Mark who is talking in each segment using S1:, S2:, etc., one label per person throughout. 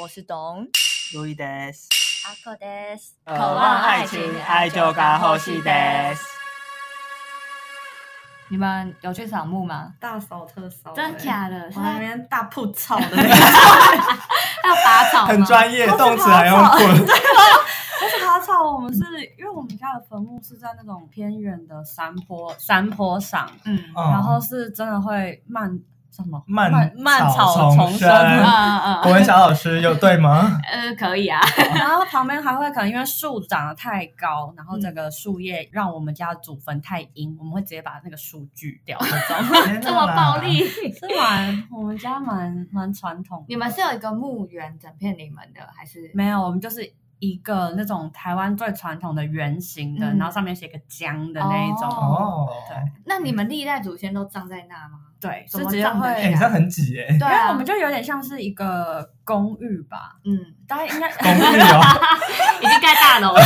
S1: 我是董
S2: 路易德斯，
S1: 阿克德斯，
S2: 渴望爱情，爱就该呼吸德。
S1: 你们有去扫墓吗？
S3: 大扫特扫、
S1: 真的
S3: 欸？
S1: 假 的？是
S3: 我那
S1: 在
S3: 边大铺草 的那种，
S1: 要拔草吗
S2: 很专业，动词还用滚。
S3: 但是爬草我们是因为我们家的坟墓是在那种偏远的山坡山坡上，
S1: 嗯，
S2: 嗯
S3: 然后是真的会漫什么
S2: 漫
S3: 漫
S2: 草
S3: 哦草
S2: 丛
S3: 丛
S2: 生
S1: 嗯
S3: 生，
S1: 嗯
S2: 国
S1: 嗯，
S2: 文小老师有对吗？
S1: 呃，可以啊。
S3: 然后旁边还会可能因为树长得太高，然后这个树叶让我们家祖坟太阴，我们会直接把那个树锯 掉那种。
S2: 天哪
S1: 这么暴力？
S3: 是蛮我们家蛮蛮传统的，
S1: 你们是有一个墓园整片你们的，还是
S3: 没有，我们就是一个那种台湾最传统的圆形的，
S1: 嗯
S3: 然后上面写个江的那一种。
S1: 哦
S2: 哦！
S3: 对
S1: 那你们历代祖先都葬在那吗？
S3: 对，
S1: 怎
S3: 是
S1: 么
S3: 直接
S1: 葬的
S2: 哎，
S3: 会
S2: 你，这样很挤 哎，
S1: 对
S3: 因为
S1: 啊，
S3: 我们就有点像是一个公寓吧，
S1: 嗯，
S3: 大概应该
S2: 公寓哦，
S1: 已经盖大楼了。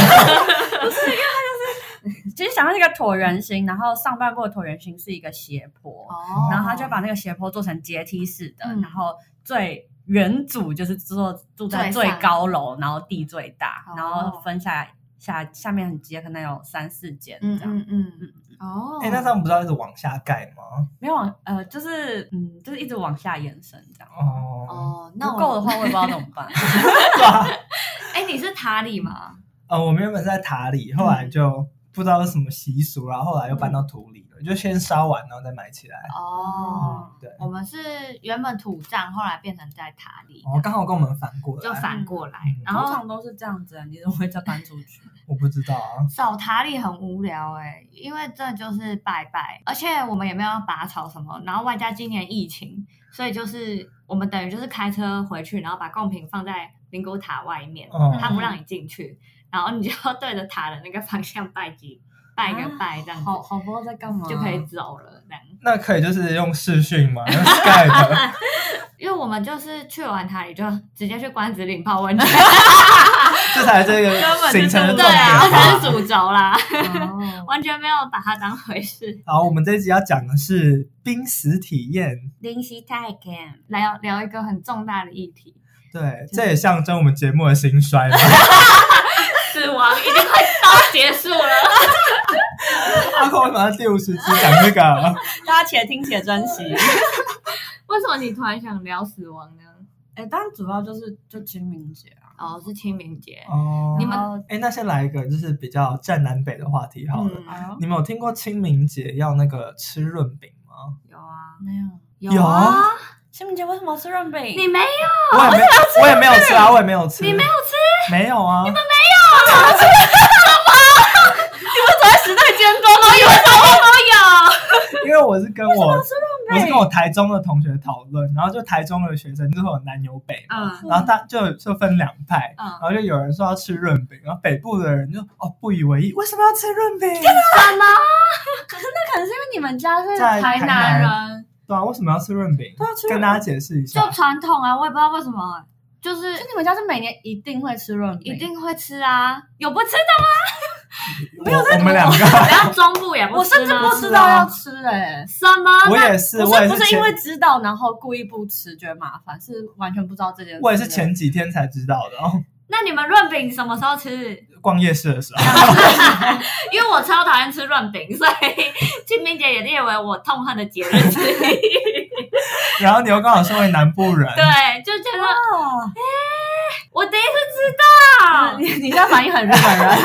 S3: 其实想象是一个椭圆形，然后上半部的椭圆形是一个斜坡，
S1: 哦
S3: 然后他就把那个斜坡做成阶梯式的，
S1: 嗯
S3: 然后最。原主就是住住在
S1: 最
S3: 最
S1: 上
S3: 高楼，然后地最大，
S1: 哦
S3: 然后分下来下下面很接，可能有三四间这
S1: 嗯
S3: 样。
S1: 嗯嗯，哦，
S2: 哎，那这样不是要一直往下盖吗？
S3: 没有往呃，就是嗯，就是一直往下延伸这样。
S2: 哦，
S1: 哦，那
S3: 不
S1: 我
S3: 够的话，我也不知道怎么 办。
S2: 对啊
S1: 哎，你是塔里吗？
S2: 呃，我们原本是在塔里，后来就不知道是什么习俗，然后后来又搬到土里了，就先烧完，然后再埋起来。
S1: 哦，
S2: 对，
S1: 我们是原本土葬，后来变成在塔里，
S2: 哦，刚好跟我们反过来，
S1: 就反过来
S2: 嗯，
S1: 然
S3: 通
S1: 后
S3: 常都是这样子，啊你怎么会再搬出去？
S2: 我不知道啊。
S1: 扫塔里很无聊哎、因为这就是拜拜，而且我们也没有要拔草什么，然后外加今年疫情，所以就是我们等于就是开车回去，然后把贡品放在灵骨塔外面，
S2: 嗯
S1: 他不让你进去，然后你就要对着塔的那个方向拜几拜个拜这样子，
S3: 好哦好不知道在干嘛，
S1: 就可以走了这样。
S2: 那可以就是用视讯吗 ？Skype
S1: 因为我们就是去完塔里就直接去关子岭泡温泉，
S2: 这才是这 个行程的重
S1: 对
S2: 点
S1: 啊，这 才是
S2: 吧。
S1: 主轴啦，
S3: 哦。
S1: 完全没有把它当回事。
S2: 好，我们这一集要讲的是濒死体验，
S3: 灵犀太 can，
S1: 来聊聊一个很重大的议题，
S2: 对，这也象征我们节目的兴衰 吧。
S1: 死亡已经快到结束了。
S2: 阿空马上第五十集讲这 个，啊
S3: 大家且听且珍 惜。
S1: 为什么你突然想聊死亡呢？
S3: 哎，当然主要就是就清明节啊，
S1: 哦，是清明节。
S2: 哦
S1: 你，们
S3: 然后
S2: 哎，那先来一个就是比较占南北的话题好了。
S1: 嗯，
S3: 哎呦
S2: 你们有听过清明节要那个吃润饼吗？
S1: 有啊，
S3: 没有
S2: 有
S1: 啊，
S3: 清明节为什么要吃润饼？
S1: 你没有，
S2: 我也没，我也没有吃啊，我也没有吃。你没有吃？没有啊。
S3: 在时代尖端吗？有
S1: 我
S2: 因为我是跟我
S3: 北
S2: 我是跟我台中的同学讨论，然后就台中的学生就会有南有北嘛，
S1: 嗯
S2: 然后大就就分两派，
S1: 嗯
S2: 然后就有人说要吃润饼，然后北部的人就哦不以为意，为什么要吃 润饼？
S3: 啊
S1: 什么？
S3: 那可能是因为你们家是
S2: 在
S1: 台南人
S2: 对啊，为什么要吃润饼？
S3: 对啊吃润饼
S2: 跟大家解释一
S1: 就
S2: 下，
S1: 传统啊，我也不知道为什么，就是
S3: 就你们家是每年一定会吃润饼，
S1: 一定会吃啊，有不吃的吗？
S2: 我我们 两
S3: 啊
S2: 个，
S1: 然后中部也不
S3: 我
S1: 吃
S3: 甚
S1: 吗，
S3: 至不知道要吃哎。
S1: 什么
S2: 我也是，
S3: 不
S2: 我
S3: 是
S2: 也
S3: 不是
S2: 前
S3: 因为知道，然后故意不吃，觉得麻烦，是完全不知道这件事。
S2: 我也是前几天才知道的，哦，
S1: 那你们润饼什么时候吃？
S2: 逛夜市的时候，
S1: 因为我超讨厌吃润饼，所以 清明节也列为我痛恨的节日 之一。
S2: 然后你又刚好身为南部人，
S1: 对，就觉得
S3: 啊，
S1: 我第一次知 道，
S3: 你你现在反应很日本人，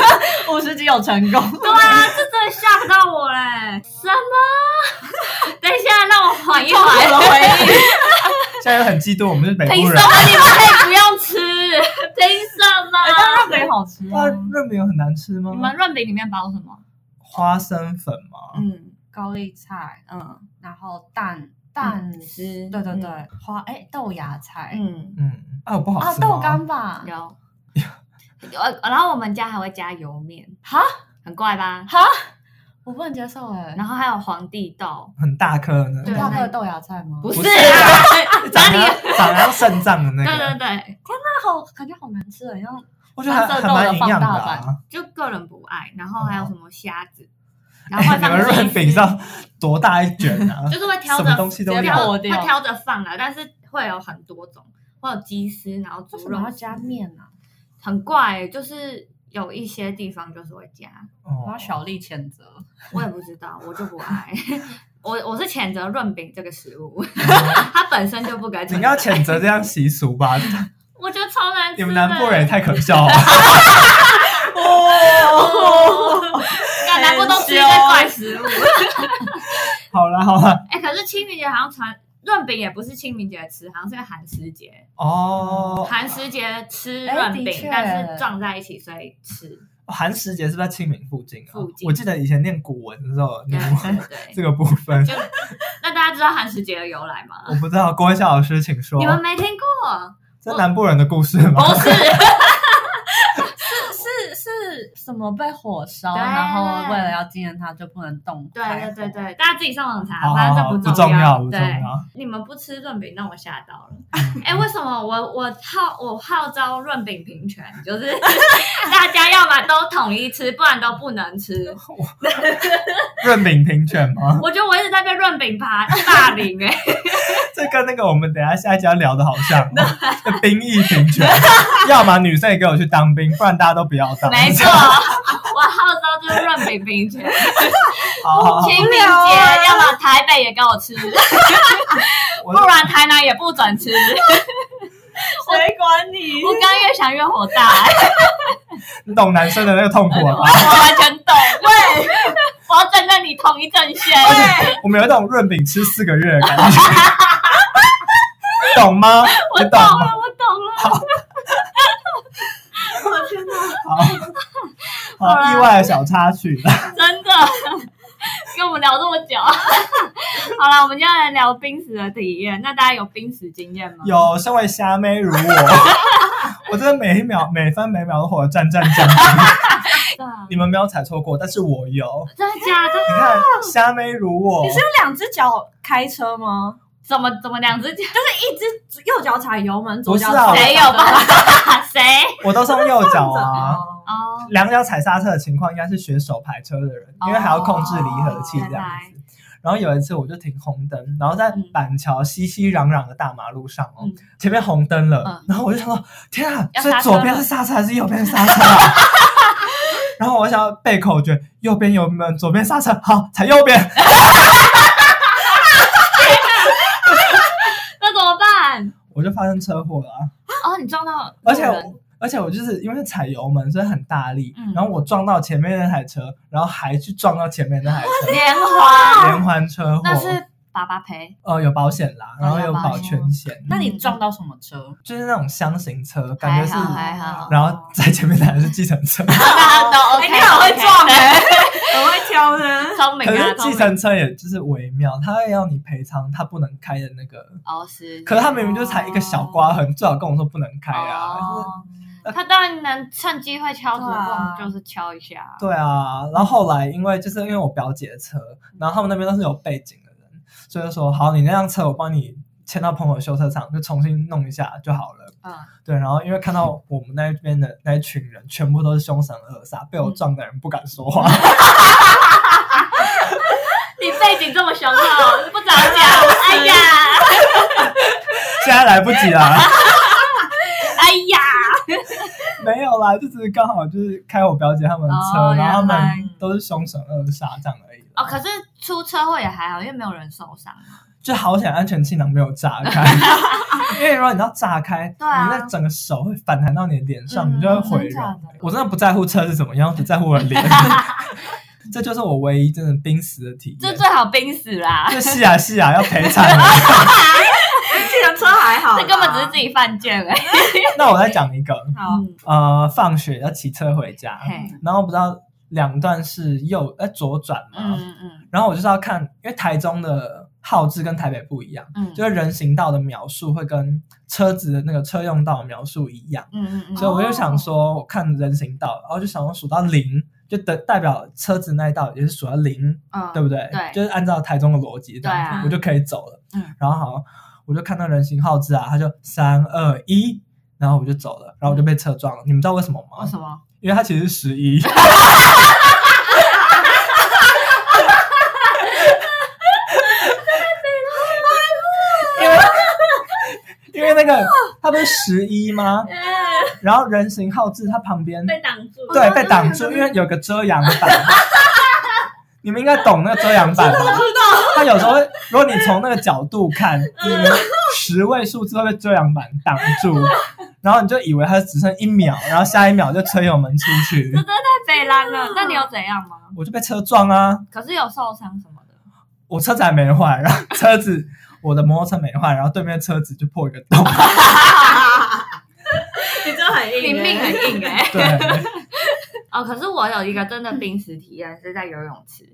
S3: 五十级有成功。
S1: 对啊，这真的吓到我嘞！什么？ 等一下，让我缓一缓。
S3: 回忆，
S2: 现在又很嫉妒我们是北
S1: 凭
S2: 部
S1: 什
S2: 人。 啊
S1: 么你们可以不用吃？凭什
S3: 哎，但
S1: 么？
S3: 润饼好吃
S2: 那
S3: 啊，
S2: 润饼有很难吃吗
S1: 你？们润饼里面包什么？
S2: 花生粉吗？
S1: 嗯
S3: 高丽菜，
S1: 嗯
S3: 然后蛋蛋丝，对对对，花哎豆芽菜
S1: 嗯，
S2: 嗯，啊，有不好
S3: 啊
S2: 吃吗
S3: 豆干吧，
S1: 有。呃，然后我们家还会加油面，
S3: 哈
S1: 很怪吧？
S3: 哈，我不能接受哎。
S1: 然后还有皇帝豆，
S2: 很大颗的那
S1: 对
S2: 种
S3: 大颗的豆芽菜吗？
S1: 不是
S2: 不是
S1: 啊？ 哪
S2: 长得
S1: 里？
S2: 像长得像肾脏的那
S1: 对
S2: 个，
S1: 对对，
S3: 那好，感觉好难吃，啊很像
S2: 我觉得还
S3: 黄色
S2: 还
S3: 豆的
S2: 蛮营养的、
S3: 放大
S2: 啊。
S1: 就个人不爱。然后还有什么虾子，然 后
S2: 哎
S1: 会
S2: 你
S1: 放
S2: 们
S1: 鸡
S2: 润
S1: 丝
S2: 饼上多大一卷啊
S1: ？就是会挑
S2: 什么
S1: 着
S2: 东西都
S1: 会
S2: 有
S1: 挑啊
S3: 我
S1: 会
S3: 掉
S1: 挑着放啦，但是会有很多种。会有鸡丝，然后
S3: 为
S1: 猪
S3: 什
S1: 肉
S3: 么要加面啊呢、
S1: 很怪，就是有一些地方就是会加，
S2: 哦
S3: 我要小力谴责。
S1: 我也不知道，我就不爱。 我我是谴责润饼这个食物， 它本身就不该
S2: 哦你
S1: 存在。
S2: 要谴责这样习俗 吧？
S1: 我觉得超难
S2: 你
S1: 吃的。
S2: 们南部人也太可笑了。哦
S1: 干哦南部都吃一些怪食物。
S2: 好啦好啦，
S1: 哎、可是清明节好像传润饼也不是清明节吃，好像是个寒食节。
S2: 哦，
S1: 寒食节吃
S3: 哎
S1: 润
S3: 的
S1: 饼
S3: 确，
S1: 但是撞在一起，所以吃。
S2: 寒食节是不是在清明附近啊
S1: 附？近
S2: 我记得以前念古文的时 候，
S1: 对
S2: 念过
S1: 对
S2: 这个部分
S1: 对，，就那大家知道寒食节的由来吗？
S2: 我不知道。郭文夏老师，请说
S1: 你，们没哦听过？
S2: 这南部人的故事吗？
S1: 不是，
S3: 是是什么被火烧，
S1: 对
S3: 然后为了要纪念他就不能动
S1: 对
S3: 开
S1: 对对
S3: 火，
S1: 对，大家自己上网查，
S2: 好
S1: 反
S2: 好
S1: 正
S2: 好，
S1: 这
S2: 不
S1: 重
S2: 重要，不重
S1: 对，
S2: 要。
S1: 你们不吃润饼让我吓 到了。哎、为什么我我号我号召润饼平权，就是 大家要么都统一吃，不然都不 能吃。
S2: 润饼平权吗？
S1: 我觉得我一直在被润饼霸霸凌哎、
S2: 这跟那个我们等一下下一集要聊的好像、哦，兵役平权，要么女生也给我去当兵，不然大家都不要当。
S1: 没错，我号召就是润饼平权，
S2: 好，好好，
S1: 清明节要么台北也给我吃，
S2: 我
S1: 不然台南也不准吃。
S3: 谁管你
S1: 我刚刚越想越火大、 哎
S2: 你懂男生的那个痛苦了啊
S1: 我
S2: 吧？
S1: 完全 懂。喂，我要站在你同一阵线。
S2: 我们有一种润饼吃四个月的感觉，懂吗？
S1: 我
S2: 你
S1: 懂
S2: 吗？
S1: 了，我懂了。我天 哪！
S2: 好，
S1: 好啦
S2: 意外的小插曲。
S1: 真的 跟我们聊这么久。 好了，我们今天来聊濒死的体验。那大家有濒死经验吗？。
S2: 有，身为虾妹如我，我真的每一秒、每分每秒都活得战战兢兢。你们没有踩错过，但是我有。
S1: 真的假的？
S2: 你看，虾妹如我
S3: 你，是用两只脚开车吗？
S1: 怎么怎么两只脚？
S3: 一只右脚踩油门，
S2: 不
S3: 左
S2: 是
S3: 脚
S2: 啊
S3: 踩
S1: 谁有办 法？ 谁？
S2: 我都是用右脚啊。
S3: 哦，
S1: 哦，
S2: 两脚踩刹车的情况应该是学手排车的人，因为还要控制离合器这样子。然后有一次我就停红灯，然后在板桥熙熙攘攘的大马路上哦，
S1: 嗯
S2: 前面红灯了，
S1: 嗯
S2: 然后我就想说，天啊，
S1: 要
S2: 所以
S1: 刹车
S2: 左边是刹车还是右边是刹车 啊？然后我想要背口诀，右边油门，左边刹车，好踩右边，
S1: 那怎么办？
S2: 我就发生车祸了啊、
S1: 哦，你撞到
S2: 而且
S1: 路
S2: 我
S1: 人
S2: 而且我就是因为踩油门，所以很大力，
S1: 嗯
S2: 然后我撞到前面那台车，然后还去撞到前面那台车，
S1: 连环，
S2: 连环车祸。
S1: 那是爸爸赔。
S2: 呃，有保险啦，然后
S1: 哦
S2: 有保全险，
S3: 那你撞到什么车？
S2: 就是那种箱型车，感觉是，
S1: 还好还 好
S2: 然后在前面的还是计程车，
S1: 大家都
S3: 哎
S1: OK，
S3: 你好会撞哎，
S1: OK，
S3: 很会挑人。
S1: 聪明
S2: 可
S1: 啊，
S2: 是
S1: 聪
S2: 计
S1: 明。
S2: 程车也就是微妙，他会要你赔偿他不能开的那个，
S1: 哦，是。
S2: 可是他明明就才一个小刮痕，最好跟我说不能开啊，就是
S1: 哦他当然能趁机会敲竹
S3: 对啊
S1: 泵，就是敲一下。
S2: 对啊，然后后来因为就是因为我表姐的车，然后他们那边都是有背景的人，所以就说好，你那辆车我帮你牵到朋友修车厂，就重新弄一下就好了。
S1: 嗯，
S2: 对，然后因为看到我们那边的那一群人全部都是凶神恶煞，被
S1: 嗯
S2: 我撞的人不敢说话，
S1: 你背景这么雄厚，不早讲！哎呀，
S2: 现在来不及 啦，
S1: 哎呀，
S2: 没有啦，就只是刚好就是开我表姐他们的车，
S1: 哦
S2: 然后他
S1: 原来
S2: 们都是凶神恶煞这样而已啦。
S1: 哦，可是出车祸也还好，因为没有人受伤。啊
S2: 就好险安全气囊没有炸 开，因为如果你要炸开，
S1: 对啊
S2: 你那整个手会反弹到你的脸上，
S1: 嗯
S2: 你就会毁
S3: 真的
S2: 容
S3: 假的。
S2: 我真的不在乎车是怎么样，我只在乎我的 脸。这就是我唯一真的濒死的体
S1: 这
S2: 验。
S1: 最好濒死啦，
S2: 这是啊是啊，要赔偿啊。
S3: 计程车还好啦，
S1: 这根本只是自己犯贱哎。
S2: 那我再讲一个，
S3: 好。
S2: 呃，放学要骑车回家，
S1: 嘿
S2: 然后不知道两段是右呃左转嘛，
S1: 嗯嗯
S2: 然后我就是要看，因为台中的号志跟台北不一样，
S1: 嗯，
S2: 就是人行道的描述会跟车子的那个车用道的描述一样，
S1: 嗯嗯
S2: 所以
S1: 嗯，
S2: 我就想说，我看人行道，然后就想要数到零，就等代表车子那一道也是数到零，
S1: 嗯
S2: 对不对？
S1: 对
S2: 就是按照台中的逻辑这样子，
S1: 对啊
S2: 我就可以走了。
S1: 嗯
S2: 然后好，我就看到人行号志啊，他就三二一，然后我就走了，然后我就被车撞了。你们知道为什么吗？
S1: 为哦什么？
S2: 因为它其实是十一。因为因为那个它不是十一吗？然后人行浩志它旁边
S4: 被挡住。
S2: 对被挡住，因为有个遮阳板。你们应该懂那个遮阳板吧？它有时候会，如果你从那个角度看，就是十位数字会被遮阳板挡住，然后你就以为它只剩一秒，然后下一秒就推油门出去，
S1: 太北蓝了。那你有怎样吗？
S2: 我就被车撞啊！
S1: 可是有受伤什么的。
S2: 我车子还没坏，然后车子我的摩托车没坏，然后对面车子就破一个洞。
S4: 你真的很硬、欸，
S1: 你命很硬哎、
S2: 对，
S1: 哦，可是我有一个真的濒死体验是在游泳池。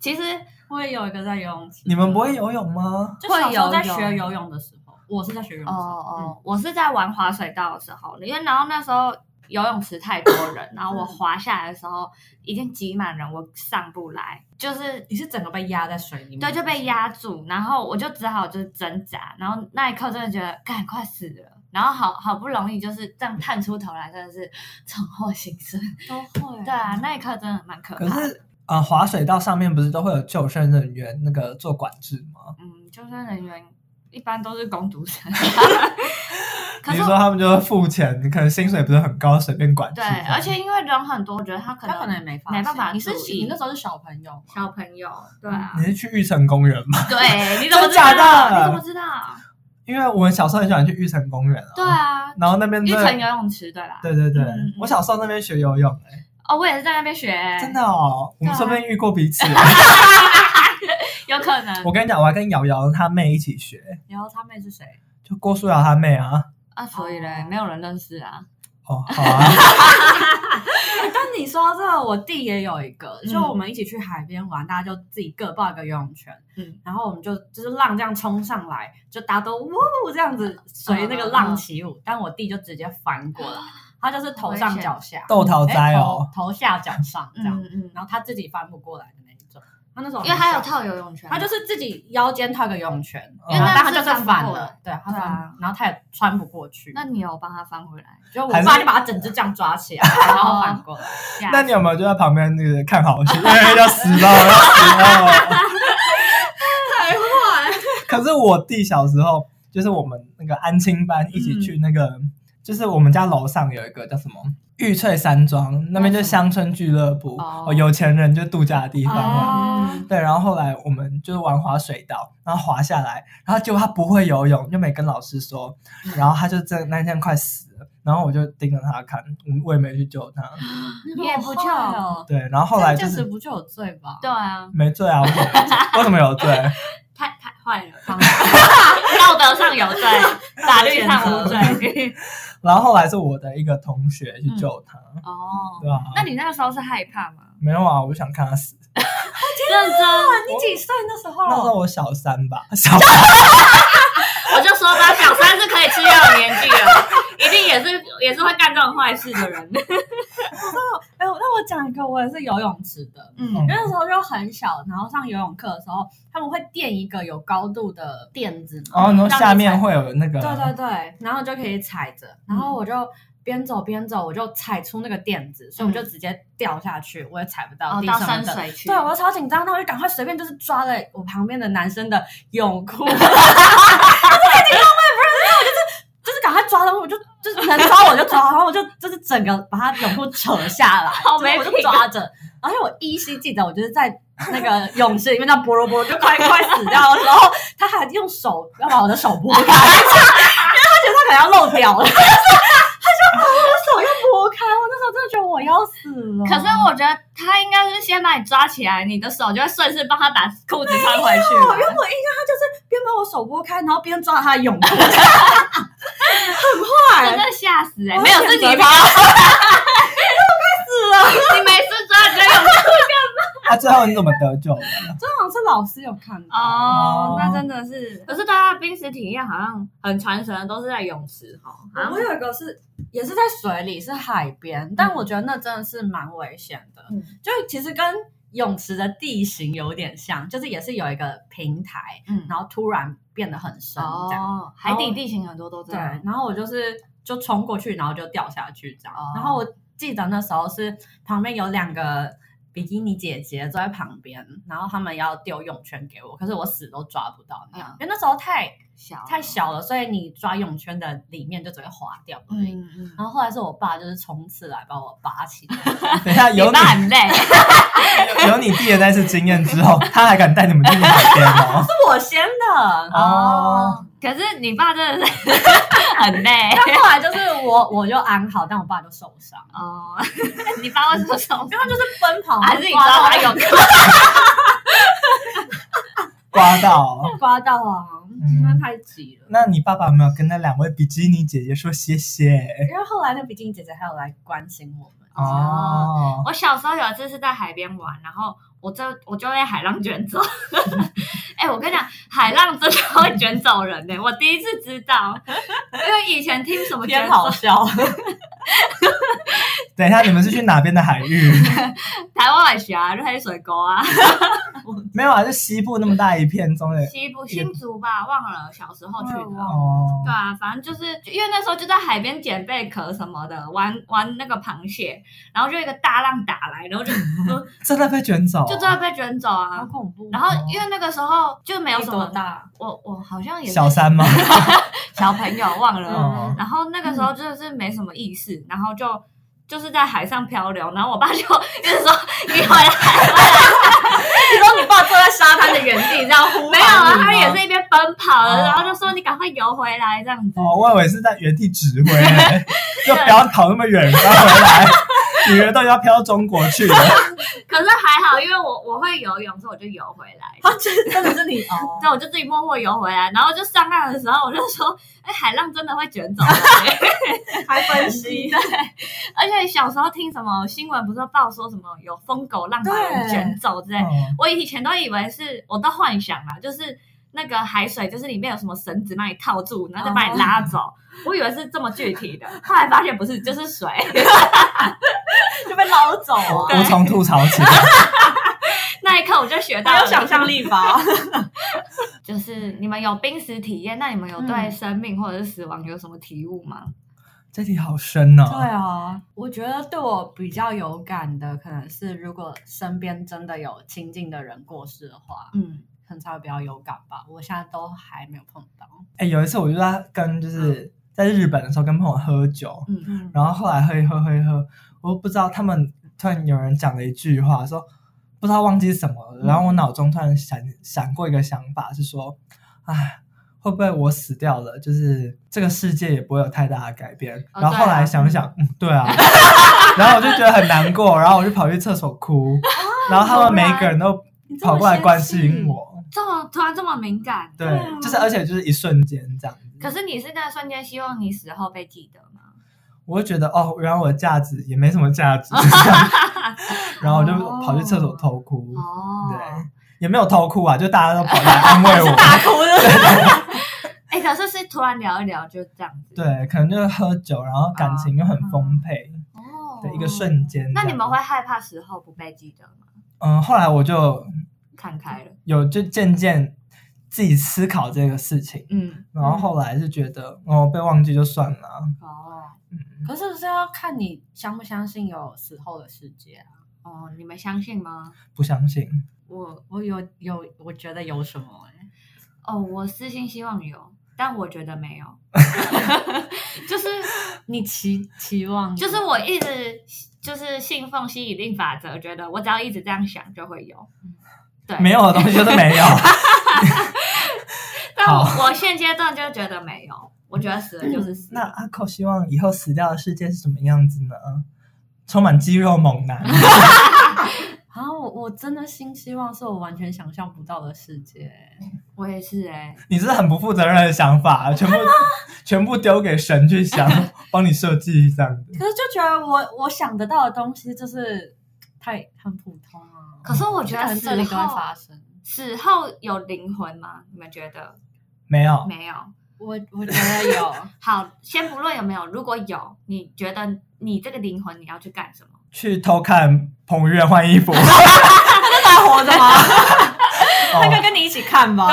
S1: 其实
S3: 我也有一个在游泳池，
S2: 你们不会游泳吗？
S3: 就小时候在学游泳的时候，我是在学游泳
S1: 哦
S3: 的时候，嗯
S1: 哦，我是在玩滑水道的时候，因为然后那时候游泳池太多人，然后我滑下来的时候已经挤满人，我上不来，就是
S3: 你是整个被压在水里面，
S1: 对就被压住，然后我就只好就是挣扎，然后那一刻真的觉得干快死了。然后好好不容易就是这样探出头来，真的是重获新生。
S3: 都会
S1: 对啊，那一刻真的蛮可
S2: 可
S1: 怕的。
S2: 是呃，滑水道上面不是都会有救生人员那个做管制吗？
S1: 嗯，救生人员一般都是工读生，
S2: 比
S1: 可是
S2: 如说他们就会付钱，可能薪水不是很高，随便管制
S1: 对
S2: 他们。，
S1: 而且因为人很多，我觉得他可
S3: 他可能也
S1: 能
S3: 没
S1: 没办法
S3: 你是
S1: 注意
S3: 你那时候是小朋友吗，
S1: 小朋友，对啊，
S2: 你是去玉成公园 吗？
S1: 对，你怎么
S2: 真
S1: 知
S2: 假
S1: 道？
S2: 的
S1: 你怎么知道？
S2: 因为我们小时候很喜欢去玉成公园啊。
S1: 对。啊，
S2: 然后那边
S1: 玉
S2: 真的
S1: 成游泳池对吧？
S2: 对对对，
S1: 嗯
S2: 我小时候那边学游泳、欸，
S1: 哦，我也是在那边学，
S2: 真的哦，我们
S1: 对啊
S2: 说不定遇过彼此。
S1: 有可能
S2: 我跟你讲，我还跟瑶瑶她妹一起学，
S3: 然后他妹是谁？
S2: 就郭书瑶她妹啊。
S1: 啊，所以嘞，没有人认识啊。
S2: 哦，好啊。
S3: 但你说到这个，我弟也有一个，
S1: 嗯
S3: 就我们一起去海边玩，大家就自己各报一个游泳圈，
S1: 嗯
S3: 然后我们就就是浪这样冲上来，就大家都呜这样子
S1: 嗯
S3: 随那个浪起舞，但我弟就直接翻过 来，他就是头上脚下，
S2: 豆桃
S3: 哎
S2: 斋哦，
S3: 头头下脚上这样，
S1: 嗯嗯，
S3: 然后他自己翻不过来的那一种，他那种
S1: 因为他有
S3: 他
S1: 套游泳圈，啊
S3: 他就是自己腰间套个游泳圈，
S2: 因为
S3: 然后
S1: 那
S3: 但他
S1: 是
S3: 就是
S1: 翻
S3: 反
S1: 不过
S3: 了
S1: 来，
S3: 对，他
S1: 对啊
S3: 翻，然后他也穿不过去，
S1: 那你有帮他翻回来？
S3: 就我
S2: 还是
S3: 爸就把他整只这样抓起来，然后反过来。
S1: 吓
S2: 那你有没有就在旁边那个看好戏？ 哎要死了，要死了！太坏！可是我弟小时候，就是我们那个安亲班一起去那个，就是我们家楼上有一个叫什么玉翠山庄，那边就是乡村俱乐部，
S1: 哦
S2: 哦，有钱人就度假的地方嘛。
S1: 哦
S2: 对，然后后来我们就是玩滑水道，然后滑下来，然后结果他不会游泳，就没跟老师说，然后他就真的那天快死了，然后我就盯着他看，我也没去救他。
S1: 你也不救
S3: 好坏哦
S2: 对， 然后后来
S3: 这
S2: 就
S3: 样子
S2: 是
S3: 不就有罪吧？
S1: 对啊，
S2: 没罪啊，我 怎么有罪我怎么有罪？
S1: 太太坏了， 方法道德上 有罪，法律上无罪。
S2: 然后后来是我的一个同学
S3: 嗯
S2: 去救他，
S1: 哦，
S2: 对吧、
S1: 那你那个时候是害怕吗？
S2: 没有啊，我就想看他死。
S1: 认真，
S3: 你几岁那时
S2: 那时
S3: 候？
S2: 候我小 三吧，小三
S1: 我就说吧，小三是可以吃药的年纪了，一定也是也是会干这种坏事的人。
S3: 哎、我那我讲一个，我也是游泳池的，
S1: 嗯
S3: 因为那时候就很小，然后上游泳课的时候，他们会垫一个有高度的垫子嘛，
S2: 哦，然后
S3: 让
S2: 下
S3: 你
S2: 面
S3: 踩，
S2: 会有那个，
S3: 对对对，然后就可以踩着，然后我就。边走边走，我就踩出那个垫子，所以我就直接掉下去，我也踩不到
S1: 哦，
S3: 地
S1: 到
S3: 上的
S1: 深
S3: 凳子
S1: 水区。
S3: 对我超紧张，那我就赶快随便就是抓了我旁边的男生的泳 裤，我这个地方我也不认识，我就是就是赶快抓到，我就就是能抓我就抓，然后我就就是整个把他泳裤扯下来，
S1: 好没啊
S3: 就是我就抓着，而且我依稀记得，我就是在那个泳池里面这样波罗波罗，就快快死掉的时候，他还用手要把我的手拨开，因为 他觉得他可能要漏掉了，他就把我的手又拨开，我那时候真的觉得我要死了。
S1: 可是我觉得他应该是先把你抓起来，你的手就会顺势帮他把裤子穿回去
S3: 哦，因为
S1: 吧。
S3: 我印象他就是边把我手拨开，然后边抓他的泳裤， 很
S1: 真
S3: 坏，
S1: 的吓死哎、
S3: 我
S1: 没有是
S3: 选择
S1: 你吧？ 你没事 抓你就有
S2: 啊，最后你怎么得救的？
S3: 这好像是老师有看到，
S1: 哦
S3: 那真的是。
S1: 可是大家的濒死体验好像很传神，都是在泳池哈。好像
S3: 我有一个是也是在水里，是海边，但我觉得那真的是蛮危险的，
S1: 嗯
S3: 就其实跟泳池的地形有点像，就是也是有一个平台，
S1: 嗯
S3: 然后突然变得很深，这样。
S1: 哦，海底地形很多都这
S3: 对，
S1: 样。
S3: 然后我就是就冲过去，然后就掉下去这样。
S1: 哦
S3: 然后我记得那时候是旁边有两个比基尼姐姐坐在旁边，然后他们要丢泳圈给我，可是我死都抓不到那样，
S1: 嗯哦
S3: 因为那时候太
S1: 小啊
S3: 太，小了，所以你抓泳圈的里面就只会滑掉而已。
S1: 嗯嗯，
S3: 然后后来是我爸，就是冲刺来把我拔起 来，
S2: 等一下有
S1: 你
S2: 你
S1: 爸很累，
S2: 有你弟的那次经验之后，他还敢带你们去海边哦。
S3: 是我先的。
S2: 哦，
S1: 可是你爸真的是 很累
S3: 但后来就是我我就安好，但我爸就受伤，
S1: 哦， 你爸为什么受
S3: 因
S1: 伤？
S3: 为他就是奔跑，
S1: 还是你
S3: 刮
S1: 抓
S3: 到
S1: 他泳裤？
S2: 刮到哦。
S3: 刮到啊，
S2: 嗯
S3: 因为太急了。
S2: 那你爸爸有没有跟那两位比基尼姐姐说谢谢？
S3: 因为后来那比基尼姐姐还有来关心我们，
S2: 哦，
S1: 我小时候有一次是在海边玩，然后我就我就被海浪卷 走。哎、我跟你讲，海浪真的会卷走人呢、我第一次知道，因为以前听什么卷
S3: 天
S1: 走
S3: 好 笑。
S2: 等一下你们是去哪边的海域？
S1: 台湾海峡、啊、就黑水沟啊，
S2: 没有啊，就西部那么大一片中的
S1: 西部新竹吧，忘了小时候去
S3: 我也
S1: 的
S3: 忘。
S2: 哦
S1: 对。啊，反正就是因为那时候就在海边捡贝壳什么的，玩玩那个螃蟹，然后就一个大浪打来，然后就就
S2: 真的被卷走，
S1: 真的被卷走啊。
S3: 恐怖
S1: 然后因为那个时候就没有
S3: 你
S1: 什
S3: 多
S1: 么，
S3: 大？
S1: 我我好像也是
S2: 小三吗？
S1: 小朋友忘了，
S3: 嗯
S2: 哦
S1: 然后那个时候真的是没什么意识，然后就就是在海上漂流，然后我爸就 一直说你回来，
S3: 你说你爸坐在 沙滩的原地这样呼
S1: 没有啊，他也是一边奔跑，
S2: 哦
S1: 然后就说你赶快游回来这样子。
S2: 哦，我以为是在原地指挥，就不要跑那么远，不要回来，女儿都要飘到中国去了。
S1: 可是还好，因为我我会游泳，所以我就游回来。
S3: 他真真的 是你哦。
S1: 对，我就自己默默游回来，然后就上岸的时候，我就说：“哎、海浪真的会卷走人欸
S3: 还分析，
S1: 而且小时候听什么新闻，不是报说什么有疯狗浪把人
S3: 对
S1: 卷走之类，
S2: 嗯
S1: 我以前都以为是，我都幻想啦，就是那个海水，就是里面有什么绳子把你套住，然后再把
S3: 哦
S1: 你拉走。我以为是这么具体的，后来发现不是，就是水。
S3: 就被捞走啊！
S2: 无从吐槽起。
S1: 那一刻我就学到
S3: 他有
S1: 了
S3: 想象，力吧？
S1: 就是你们有濒死体验，那你们有对
S3: 嗯
S1: 生命或者是死亡有什么体悟吗？
S2: 这题好深
S3: 对
S2: 哦。
S3: 啊，我觉得对我比较有感的，可能是如果身边真的有亲近的人过世的话，
S1: 嗯，
S3: 可能才会比较有感吧。我现在都还没有碰到。
S2: 哎，有一次我就在跟就是在日本的时候跟朋友喝酒，
S3: 嗯，
S2: 然后后来喝一喝喝一喝，我都不知道他们突然有人讲了一句话，说不知道忘记什么了，然后我脑中突然闪闪过一个想法，是说，哎。会不会我死掉了，就是这个世界也不会有太大的改变？
S1: 哦
S2: 然后后
S1: 对啊
S2: 来想想，嗯，对啊， 然后我就觉得很难过，然后我就跑去厕所哭，然后他们每一个人都
S3: 你这么
S2: 跑过来关
S3: 纤
S2: 心
S3: 细
S2: 我，
S1: 这么突然这么敏感，
S2: 对
S3: 对啊，
S2: 就是而且就是一瞬间这样
S1: 可
S2: 子，
S1: 是你是那瞬间希望你死后被记得吗？
S2: 我就觉得哦，原来我的价值也没什么价 值，然后我就跑去厕所偷哭，
S1: 哦，
S2: 对，也没有偷哭啊，就大家都跑来安慰 我，
S3: 哭的，
S1: 哎、可是是突然聊一聊就这样子，，
S2: 对，可能就是喝酒，然后感情又很丰沛
S1: 哦，
S2: 的一个瞬间。
S1: 那你们会？害怕死后不被记得吗？
S2: 嗯，后来我就
S1: 看开了，
S2: 有就渐渐自己思考这个事情，
S1: 嗯，
S2: 然后后来是觉得哦被忘记就算了啊，
S1: 哦。
S3: 可是是要看你相不相信有死后的世界啊。
S1: 哦，你们相信吗？
S2: 不相信。
S1: 我
S3: 我有有，我觉得有什么哎、
S1: 哦，我私心希望有，但我觉得没 有。就是
S3: 你期期望
S1: 就是我一直就是信奉吸引力法则，觉得我只要一直这样想就会有。对，
S2: 没有的东西就是 没有。
S1: 但我
S2: 好嗯
S1: 我现阶段就觉得没有，我觉得死了就是死。
S2: 那阿寇希望以后死掉的世界是什么样子呢？充满肌肉猛男，
S3: 啊，我我真的新希望是我完全想象不到的世界欸。
S1: 我也是哎、
S2: 你是很不负责任的想法，全部 全部丢给神去想，帮你设计这样子。
S3: 可是就觉得我我想得到的东西就是太很普通啊。
S1: 可是哦我觉
S3: 可
S1: 得
S3: 能
S1: 死
S3: 这里都会
S1: 后
S3: 发生。
S1: 死后有灵魂吗？你们觉得
S2: 没有，
S1: 没有？
S3: 我我觉得有，
S1: 好，先不论有没有，如果有，你觉得你这个灵魂你要去干什么？
S2: 去偷看彭于晏换 衣服。
S3: 那还活着吗？ 那
S2: 哦
S3: 就跟你一起看吧。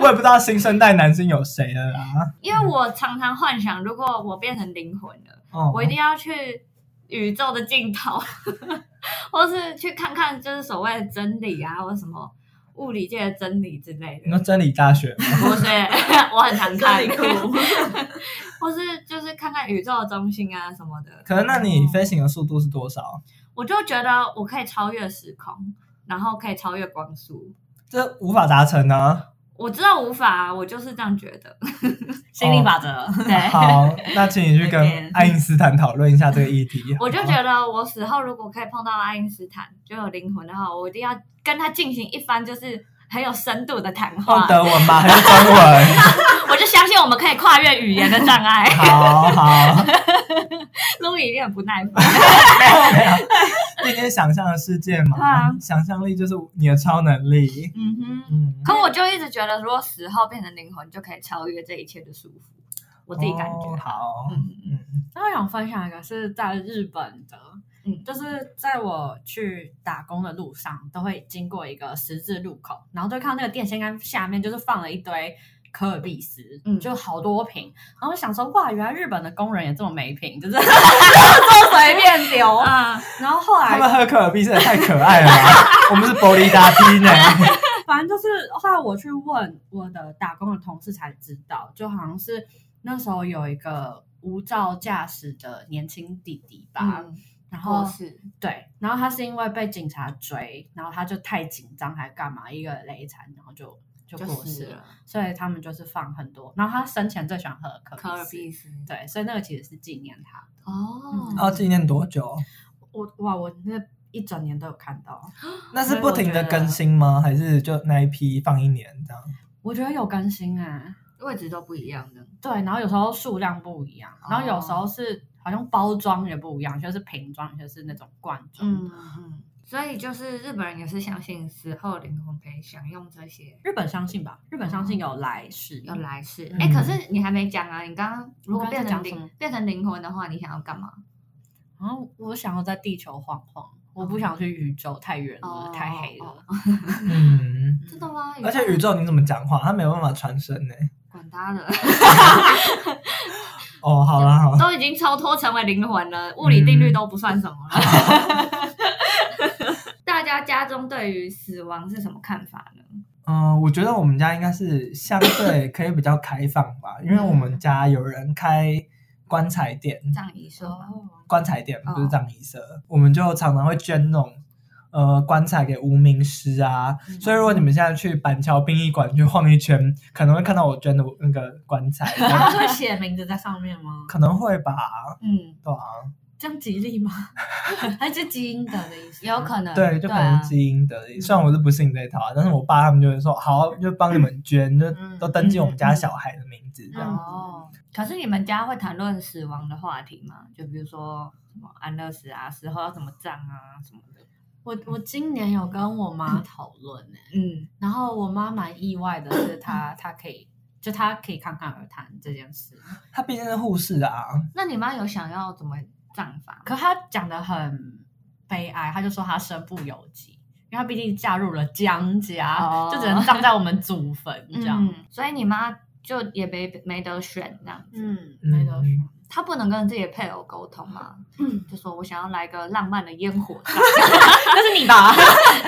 S2: 我也不知道新生代男星有谁了啦。
S1: 因为我常常幻想，如果我变成灵魂了，
S2: 哦，
S1: 我一定要去宇宙的尽头， 或是去看看就是所谓的真理啊，或什么物理界的真理之类
S2: 你说
S1: 的。
S2: 真理大学吗？
S1: 不是， 我很常
S3: 真
S1: 看
S3: 理库，
S1: 或是就是看看宇宙的中心啊什么的。
S2: 可能那你飞行的速度是多少？
S1: 我就觉得我可以超越时空，然后可以超越光速。
S2: 这无法达成 呢。
S1: 我知道无法、啊，我就是这样觉得。
S3: 心理法则。
S1: 对，
S2: 好，那请你去跟
S3: Again
S2: 爱因斯坦讨论一下这个议题。
S1: 我就
S2: 好不好
S1: 觉得我死后如果可以碰到爱因斯坦，就有灵魂的话，我一定要跟他进行一番就是很有深度的谈话
S2: 用。哦德文吧，还是中 文？
S1: 我就相信我们可以跨越语言的障碍。
S2: 好好，
S1: 路易一定很不耐烦。
S2: 这些想象的世界嘛，
S1: 对啊
S2: 想象力就是你的超能力。
S1: 嗯哼。
S2: 嗯，
S1: 可我就一直觉得，如果死后变成灵魂，就可以超越这一切的束缚。我
S2: 我
S1: 自己感觉。
S2: 哦好，
S1: 嗯
S2: 嗯，
S3: 那我想分享一个是在日本的，
S1: 嗯
S3: 嗯，就是在我去打工的路上，都会经过一个十字路口，然后就看到那个电线杆下面就是放了一堆可尔必斯，
S1: 嗯
S3: 嗯，就好多瓶，然后我想说哇，原来日本的工人也这么没品，就是 这么随便丢。
S1: 啊，
S3: 然后后
S2: 他
S3: 来
S2: 们喝可尔必斯也太可爱 了吧，我们是玻璃达梯呢。
S3: 反正就是后来我去问我的打工的同事才知道，就好像是那时候有一个无照驾驶的年轻弟弟吧，
S1: 嗯，
S3: 然后
S1: 我是，
S3: 对，然后他是因为被警察追，然后他就太紧张还干嘛，一个雷残，然后就就
S1: 就
S3: 过
S1: 是
S3: 世了。
S1: 了。
S3: 所以他们就是放很多，然后他生前最喜欢喝可
S1: 科尔
S3: 必
S1: 必
S3: 斯，
S1: 斯，
S3: 对，所以那个其实是纪念他。
S1: 哦，
S2: 要啊纪念多久？
S3: 我哇，我那一整年都有看到，
S2: 那是不停的更新吗？还是就那一批放一年这样？
S3: 我觉得有更新哎、
S1: 位置都不一样的。
S3: 对，然后有时候数量不一样，然后有
S1: 哦
S3: 时候是好像包装也不一样，有些是瓶装，有些是那种罐装。
S1: 嗯嗯，所以就是日本人也是相信死后灵魂可以享用这些。
S3: 日本相信吧，日本相信有来世，
S1: 有来世，
S3: 嗯
S1: 哎、可是你还没讲啊！你刚刚如果
S3: 我刚
S1: 变
S3: 刚在讲什
S1: 成灵
S3: 么
S1: 变成灵魂的话，你想要干嘛？
S3: 然后我想要在地球晃晃，我不想去宇宙，太远了，
S1: 哦
S3: 太黑了。
S2: 嗯，
S1: 真的吗？
S2: 而且宇宙你怎么讲话？它没有办法传声呢。
S1: 管 他的，
S2: 哦，好啦好啦，
S1: 都已经超脱成为灵魂了，物理
S2: 嗯
S1: 定律都不算什么了。 大家家中对于死亡是什么看法呢？
S2: 嗯，我觉得我们家应该是相对可以比较开放吧，因为我们家有人开棺材店，
S1: 葬仪社吧，
S3: 哦，
S2: 棺材店
S1: 哦
S2: 不是葬仪社，我们就常常会捐那种呃棺材给无名尸啊。
S3: 嗯
S2: 所以如果你们现在去板桥殡仪馆去晃一圈，可能会看到我捐的那个棺材，
S3: 他会写名字在上面吗？
S2: 可能会吧，
S1: 嗯，
S2: 对啊，
S3: 这样吉利吗？ 还是基因的的意思？
S1: 有可能，
S2: 对，就可能
S1: 啊
S2: 基因的。虽然我是不信这一套啊，但是我爸他们就会说好，就帮你们捐，就
S3: 嗯
S2: 都登记我们家小孩的名
S1: 嗯
S2: 字这 样。
S3: 哦，
S1: 可是你们家会谈论死亡的话题吗？就比如说什么安乐死啊，死后要怎么葬啊什么的。
S3: 我我今年有跟我妈讨论呢，
S1: 嗯，
S3: 然后我妈蛮意外的是她，她可以就她可以侃侃而谈这件事，
S2: 他毕竟是护士啊，
S1: 那你妈有想要怎么葬法吗？
S3: 可她讲的很悲哀，她就说她身不由己，因为她毕竟嫁入了江家，
S1: 哦
S3: 就只能葬在我们祖坟这样。
S1: 嗯，所以你妈就也没没得选这样子。
S3: 嗯，
S2: 没
S3: 没
S2: 得
S3: 得
S2: 选
S3: 选。
S1: 她不能跟自己的配偶沟通嘛，
S3: 嗯
S1: 就说我想要来个浪漫的烟 火葬，
S3: 那是你吧？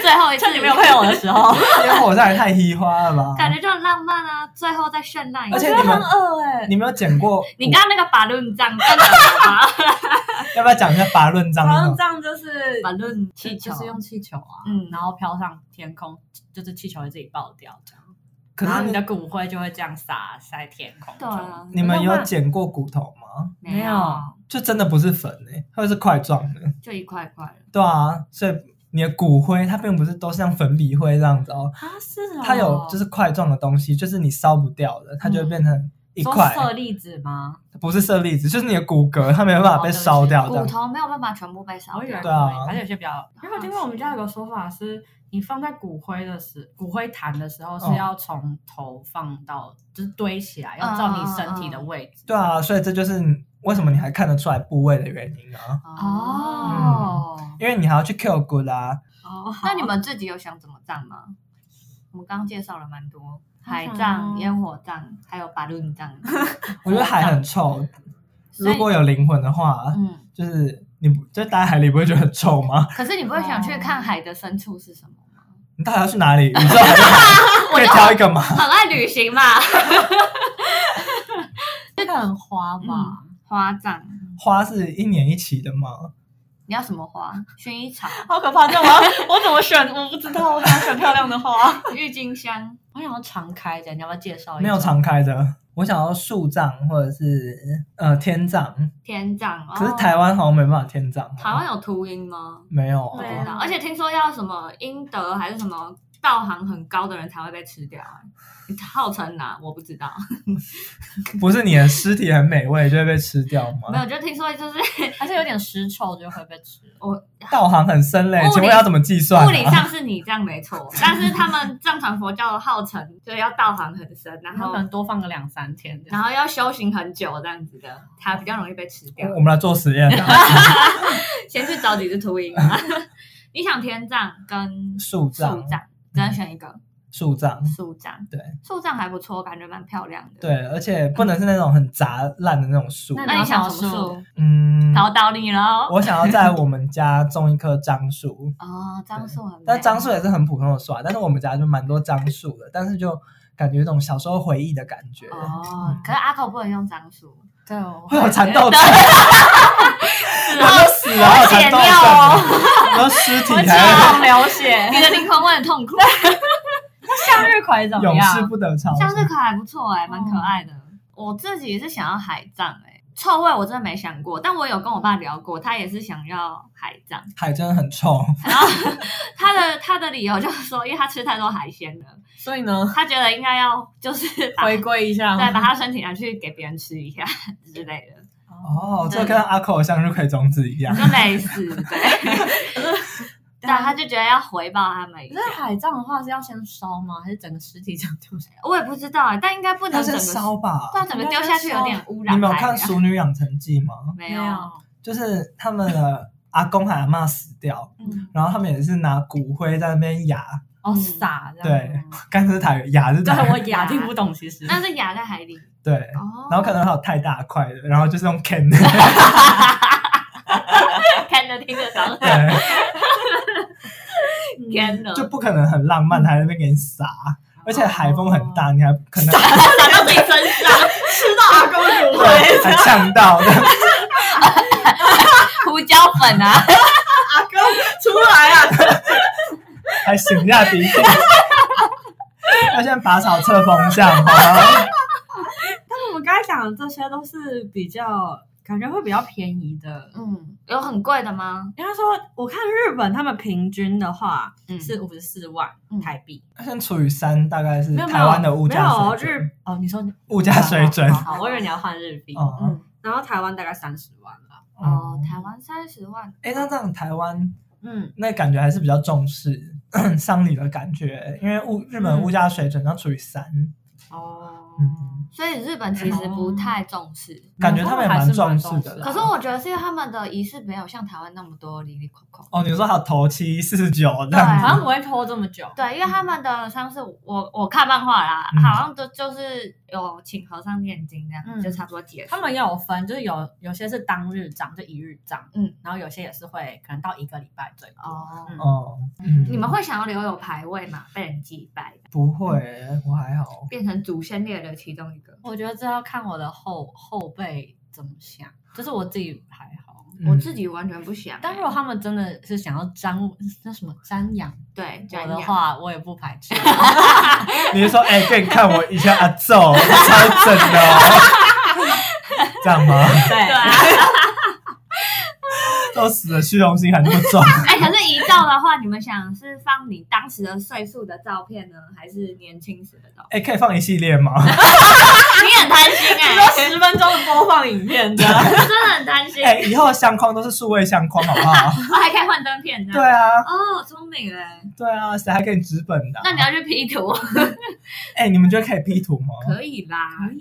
S1: 最后一次
S3: 趁你没有配偶的时候，
S2: 烟火上也太稀花了吧？
S1: 感觉就很浪漫啊，最后再绚烂一
S2: 而且
S1: 次。，
S2: 你们
S3: 饿哎
S2: 你没有剪过
S1: 你刚刚那个法论葬真的吗？
S2: 要不要讲一下法论章？
S3: 好像这样就是
S1: 法论气球
S3: 就，是用气球啊，
S1: 嗯
S3: 然后飘上天空，就是气球会自己爆掉这样，
S2: 可
S3: 然后
S2: 是
S3: 你
S2: 你
S3: 的骨灰就会这样撒在天空
S1: 对
S3: 中。
S1: 啊，
S2: 你们有
S3: 那
S2: 剪过骨头吗？
S1: 没
S3: 没
S1: 有
S3: 有，
S2: 就真的不是粉诶、欸，它是块状的。
S1: 就一块一块的。
S2: 对啊，所以你的骨灰它并不是都像粉笔灰这样子哦，
S3: 啊，是哦，
S2: 它有就是块状的东西，就是你烧不掉的，它就会变
S1: 嗯
S2: 成一块，
S3: 说舍利子吗？
S2: 不是舍利子，就是你的骨骼，它没有办法被烧掉这
S1: 哦骨
S2: 样。
S1: 头没有办法全部被烧
S3: 我以为可
S1: 掉
S3: 以，
S2: 对啊
S3: 而且有些比较，因为我听过我们家有个说法是，你放在骨灰的时，骨灰坛的时候
S2: 嗯
S3: 是要从头放到，就是堆起来，要照你身体的位置。
S2: 对啊，所以这就是为什么你还看得出来部位的原因啊，
S1: 哦。
S3: 哦
S2: 因为你还要去啊 Q 骨啦、
S3: 哦，
S1: 那你们自己有想怎么葬吗？我们刚刚介绍了蛮多，海
S3: 好想
S1: 葬、
S3: 哦
S1: 烟火葬，还有巴 伦葬。
S2: 我觉得海很臭，
S1: 所以
S2: 如果有灵魂的话，
S1: 嗯，
S2: 就是你不就待在海里不会觉得很臭吗？
S1: 可是你不会想去看海的深处是什么吗？
S2: 你到底要去 哪里？你知道海去哪里可以挑一个吗？
S1: 很爱旅行嘛，
S3: 这个很花吧？
S1: 花葬。
S2: 花是一年一起的吗？
S1: 你要什么花？薰衣 草、
S3: 好可怕！这样我要我怎么选？我不知道，我怎么选漂亮的啊花？
S1: 郁金香、
S3: 我想要常开的，你要不要介
S1: 哦
S3: 绍一下？
S2: 没有常开的，我想要树葬或者是呃天葬，
S1: 天葬。
S2: 可是
S1: 哦
S2: 台湾好像没办法天葬，
S1: 台湾有秃鹰吗？
S2: 没有
S1: 不
S2: 啊，
S1: 知道，而且听说要什么英德还是什么道行很高的人才会被吃掉、哎，你号称哪、我不知道，啊
S2: 不是你的尸体很美味就会被吃掉
S1: 没
S2: 吗？
S1: 有，就听说就是
S3: 而且有点尸臭就会被吃。
S2: 道行很深嘞
S1: 物，理
S2: 请问要怎么计算
S1: 物理
S2: 啊？
S1: 上是你这样 没错，但是他们藏传佛教号称就是要道行很深，然
S3: 然后
S1: 后
S3: 可能多放个两三天这
S1: 然
S3: 样。
S1: 后要修行很久这样子的，才比较容易被吃掉
S2: 我。我们来做实验啊，
S1: 先去找几只秃鹰啊！ 你想天葬跟
S2: 树
S1: 树葬
S2: 葬，，
S1: 只能选一个
S2: 树葬，
S1: 树葬。
S2: 对，
S1: 树葬还不错，感觉蛮漂亮的。
S2: 对，而且不能是那种很杂烂的那种树。
S3: 那
S1: 那你想
S3: 然后
S1: 什么
S3: 什么
S1: 树？
S2: 嗯，
S1: 考到你喽！
S2: 我想要在我们家种一棵樟树，
S1: 哦，樟树很美，
S2: 但樟树也是很普通的树啊。但是我们家就蛮多樟树的，但是就感觉有一种小时候回忆的感觉，
S1: 哦，可是阿口不能用樟 树，
S3: 对哦
S2: 会有蚕豆
S1: 对
S2: 症，要死啊，会有蚕豆症啊，然后尸体
S3: 哦我
S2: 才
S3: 超流 血。
S1: 你的灵魂会很痛苦。
S3: 向日葵怎
S2: 会
S3: 么
S2: 永世
S3: 样？
S2: 不得超生。
S1: 向日葵还不错哎、蛮可
S2: 哦
S1: 爱的。我自己是想要海葬哎、臭味我真的没想过，但我有跟我爸聊过，他也是想要海葬。
S2: 海真的很臭，
S1: 然后他的他的理由就是说，因为他吃太多海鲜了，
S3: 所以呢，
S1: 他觉得应该要就是把
S3: 回归一下。
S2: 啊
S1: 对把他身体拿去给别人吃一下之类的，
S2: 哦，这
S3: 嗯
S2: 跟阿寇的向日葵种子一样。
S1: 就类似对。 对，啊他就觉得要回报他们一
S3: 可
S1: 下
S3: 是，海葬的话是要先烧吗？还是整个尸体这样丢下？
S1: 我也不知道哎、但应该不能
S2: 要
S1: 整
S2: 先
S1: 个啊
S2: 烧吧？
S1: 但整个丢下去有点污染
S2: 你
S1: 海
S2: 们
S1: 洋。
S2: 有看《
S3: 啊
S2: 熟女养成记》吗？
S1: 没有，
S2: 就是他们的阿公和阿嬷死掉，
S3: 嗯，
S2: 然后他们也是拿骨灰在那边压，
S3: 哦，
S1: 嗯
S3: 撒这样
S2: 对
S3: 吗。，
S2: 干是台语压是台
S3: 对，
S2: 语
S3: 我雅听不懂，其 实。
S1: 那是压在海里
S2: 对，
S1: 哦。
S2: 然后可能还有太大块的，然后就是用 can 的，
S1: 哦看得听得 懂，
S2: 对，
S1: 天
S3: 嗯
S1: 哪！
S2: 就不可能很浪漫，还在那边给你撒，
S3: 哦
S2: 而且海风很大，你还可能
S1: 打到自己身上，
S3: 吃到阿公骨
S2: 对还呛到的，
S1: 胡椒粉啊，
S3: 阿公出来啊！
S2: 还擤一下鼻涕。 要先拔草测风向，好吗？
S3: 但是我们刚才讲的这些都是比较感觉会比较便宜的。
S1: 嗯，有很贵的吗？
S3: 应该说，我看日本他们平均的话
S1: 嗯
S3: 是五十四万台币，
S2: 要先除以三，大概是
S3: 没有没有
S2: 嗯台湾的物
S3: 没
S2: 价
S3: 有哦
S2: 水准。
S3: 日啊哦，你说你哦
S2: 物 价水准。
S3: 好，好好我以为你要换日币，
S2: 哦，
S1: 嗯，
S3: 然后台湾大概三十万吧。
S2: 嗯
S1: 哦，台湾三十万，
S2: 哎，那这样台湾
S3: 嗯，
S2: 那感觉还是比较重视 丧礼的感觉，因为物日本物价水准要除以三，
S3: 哦，
S2: 嗯
S1: 所以日本其实不太重视。
S2: 感觉他们也蛮重视的
S3: 嗯
S2: 啦。
S1: 可是我觉得是因为他们的仪式没有像台湾那么多里里扣扣。
S2: 哦，你说还有头七四十九这
S1: 对
S2: 样
S3: 好
S2: 子，
S3: 像不会拖这么久。
S1: 对，因为他们的丧事，我我看漫画啦，
S2: 嗯
S1: 好像都就是有请和尚念经这样，
S3: 嗯
S1: 就差不多结束。
S3: 他们也有分，就是有有些是当日葬，就一日葬，
S1: 嗯，
S3: 然后有些也是会可能到一个礼拜最多。
S1: 哦，
S3: 嗯
S2: 哦，嗯，
S1: 你们会想要留有牌位吗？被人祭拜，
S2: 不会？我还好，
S1: 变成祖先列的其中一个。
S3: 我觉得这要看我的后后辈怎么想，就是我自己还好。
S1: 我
S2: 嗯
S1: 自己完全不想、
S3: 但如果他们真的是想要瞻那什么瞻仰
S1: 对
S3: 我
S1: 这
S3: 的
S1: 样，
S3: 话，我也不排 斥。
S2: 你是说哎，给你看我一下阿揍，我超整的哦， 这样吗？
S1: 对
S3: 对，
S1: 啊，
S2: 都死了，虚荣心还那么重，
S1: 哎、可是遗照的话，你们想是放你当时的岁数的照片呢，还是年轻时的照
S2: 哎，可以放一系列 吗？
S1: 片？ 你很贪心哎、
S3: 十分钟的播放影片的，
S1: 真的很贪心，
S2: 哎，以后的相框都是数位相框，好不 好？
S1: 我还可以换灯片这
S2: 对
S1: 样。
S2: 啊，
S1: 哦，聪明哎，
S2: 对啊，谁还给你纸本的啊？
S1: 那你要去 P 图，哦
S2: 哎、你们觉得可以 P 图吗？
S1: 可以啦。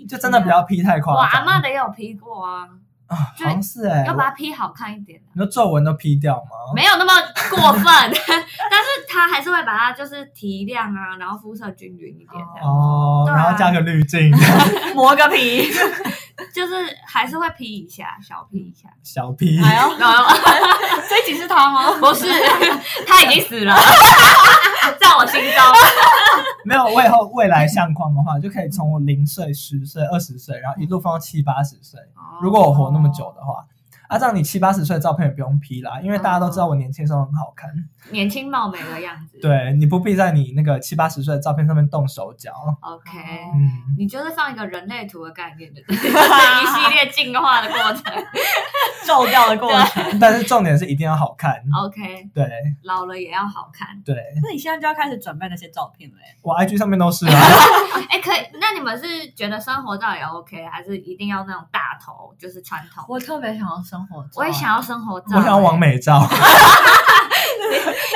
S2: 就真的不要 P 太
S1: 我
S2: 夸
S1: 阿
S2: 张。
S1: 妈的也有 P 过啊，
S2: 啊，好像是哎、
S1: 要把它 P 好看一点、啊。
S2: 你说皱纹都 P 掉吗？
S1: 没有那么过分，但是它还是会把它就是提亮啊，然后肤色均匀一点这样，
S2: 哦，
S1: 对啊
S2: 然后加个滤 镜，
S3: 磨个皮，
S1: 就是还是会 P 一下，小 P 一下。
S2: 小 P，
S3: 哎呦，
S1: 嗯
S3: 这一集是他吗？
S1: 不是， 他已经死 了，在我心中。
S2: 没有，我以后未来相框的话，就可以从我零岁、十岁、二十岁，然后一路放到七八十岁。如果我活那么久的话，啊，这样你七八十岁的照片也不用 P 啦，因为大家都知道我年轻时候很好看。
S1: 年轻貌美的样子，
S2: 对你不必在你那个七八十岁的照片上面动手脚。
S1: ，OK，
S3: 哦
S2: 嗯，
S1: 你就是放一个人类图的概念， 就是一系列进化的过程
S3: 皱掉的过程。
S2: 但是重点是一定要好看。
S1: 哦，OK，
S2: 对
S1: 老了也要好看。
S2: 对，
S3: 那你现在就要开始准备那些照片了耶，
S2: 我 IG 上面都是啊。
S1: 哎，可以，那你们是觉得生活照也 OK，还是一定要那种大头，就是传统？
S3: 我特别想要生活啊照，
S1: 我也想要生活照，哎
S2: 我想要完美照，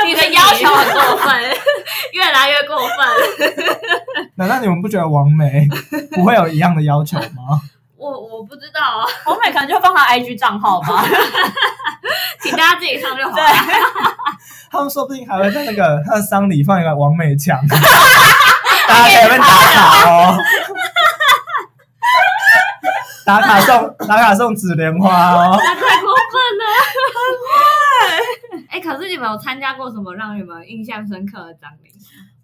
S1: 你的要求很过分， 越来越过分。
S2: 难道你们不觉得完美不会有一样的要求 吗？
S1: 我我不知道啊，
S3: 我美可能就放他 IG 账号吧。
S1: 请大家自己上就好 了。
S3: 对，
S2: 他们说不定还会在那个他的丧礼放一个完美墙，大家在那边打卡哦，打卡送打卡送紫莲花哦。
S1: 那太过分了， 哎、可是你们有参加过什么让你们印象深刻的葬礼？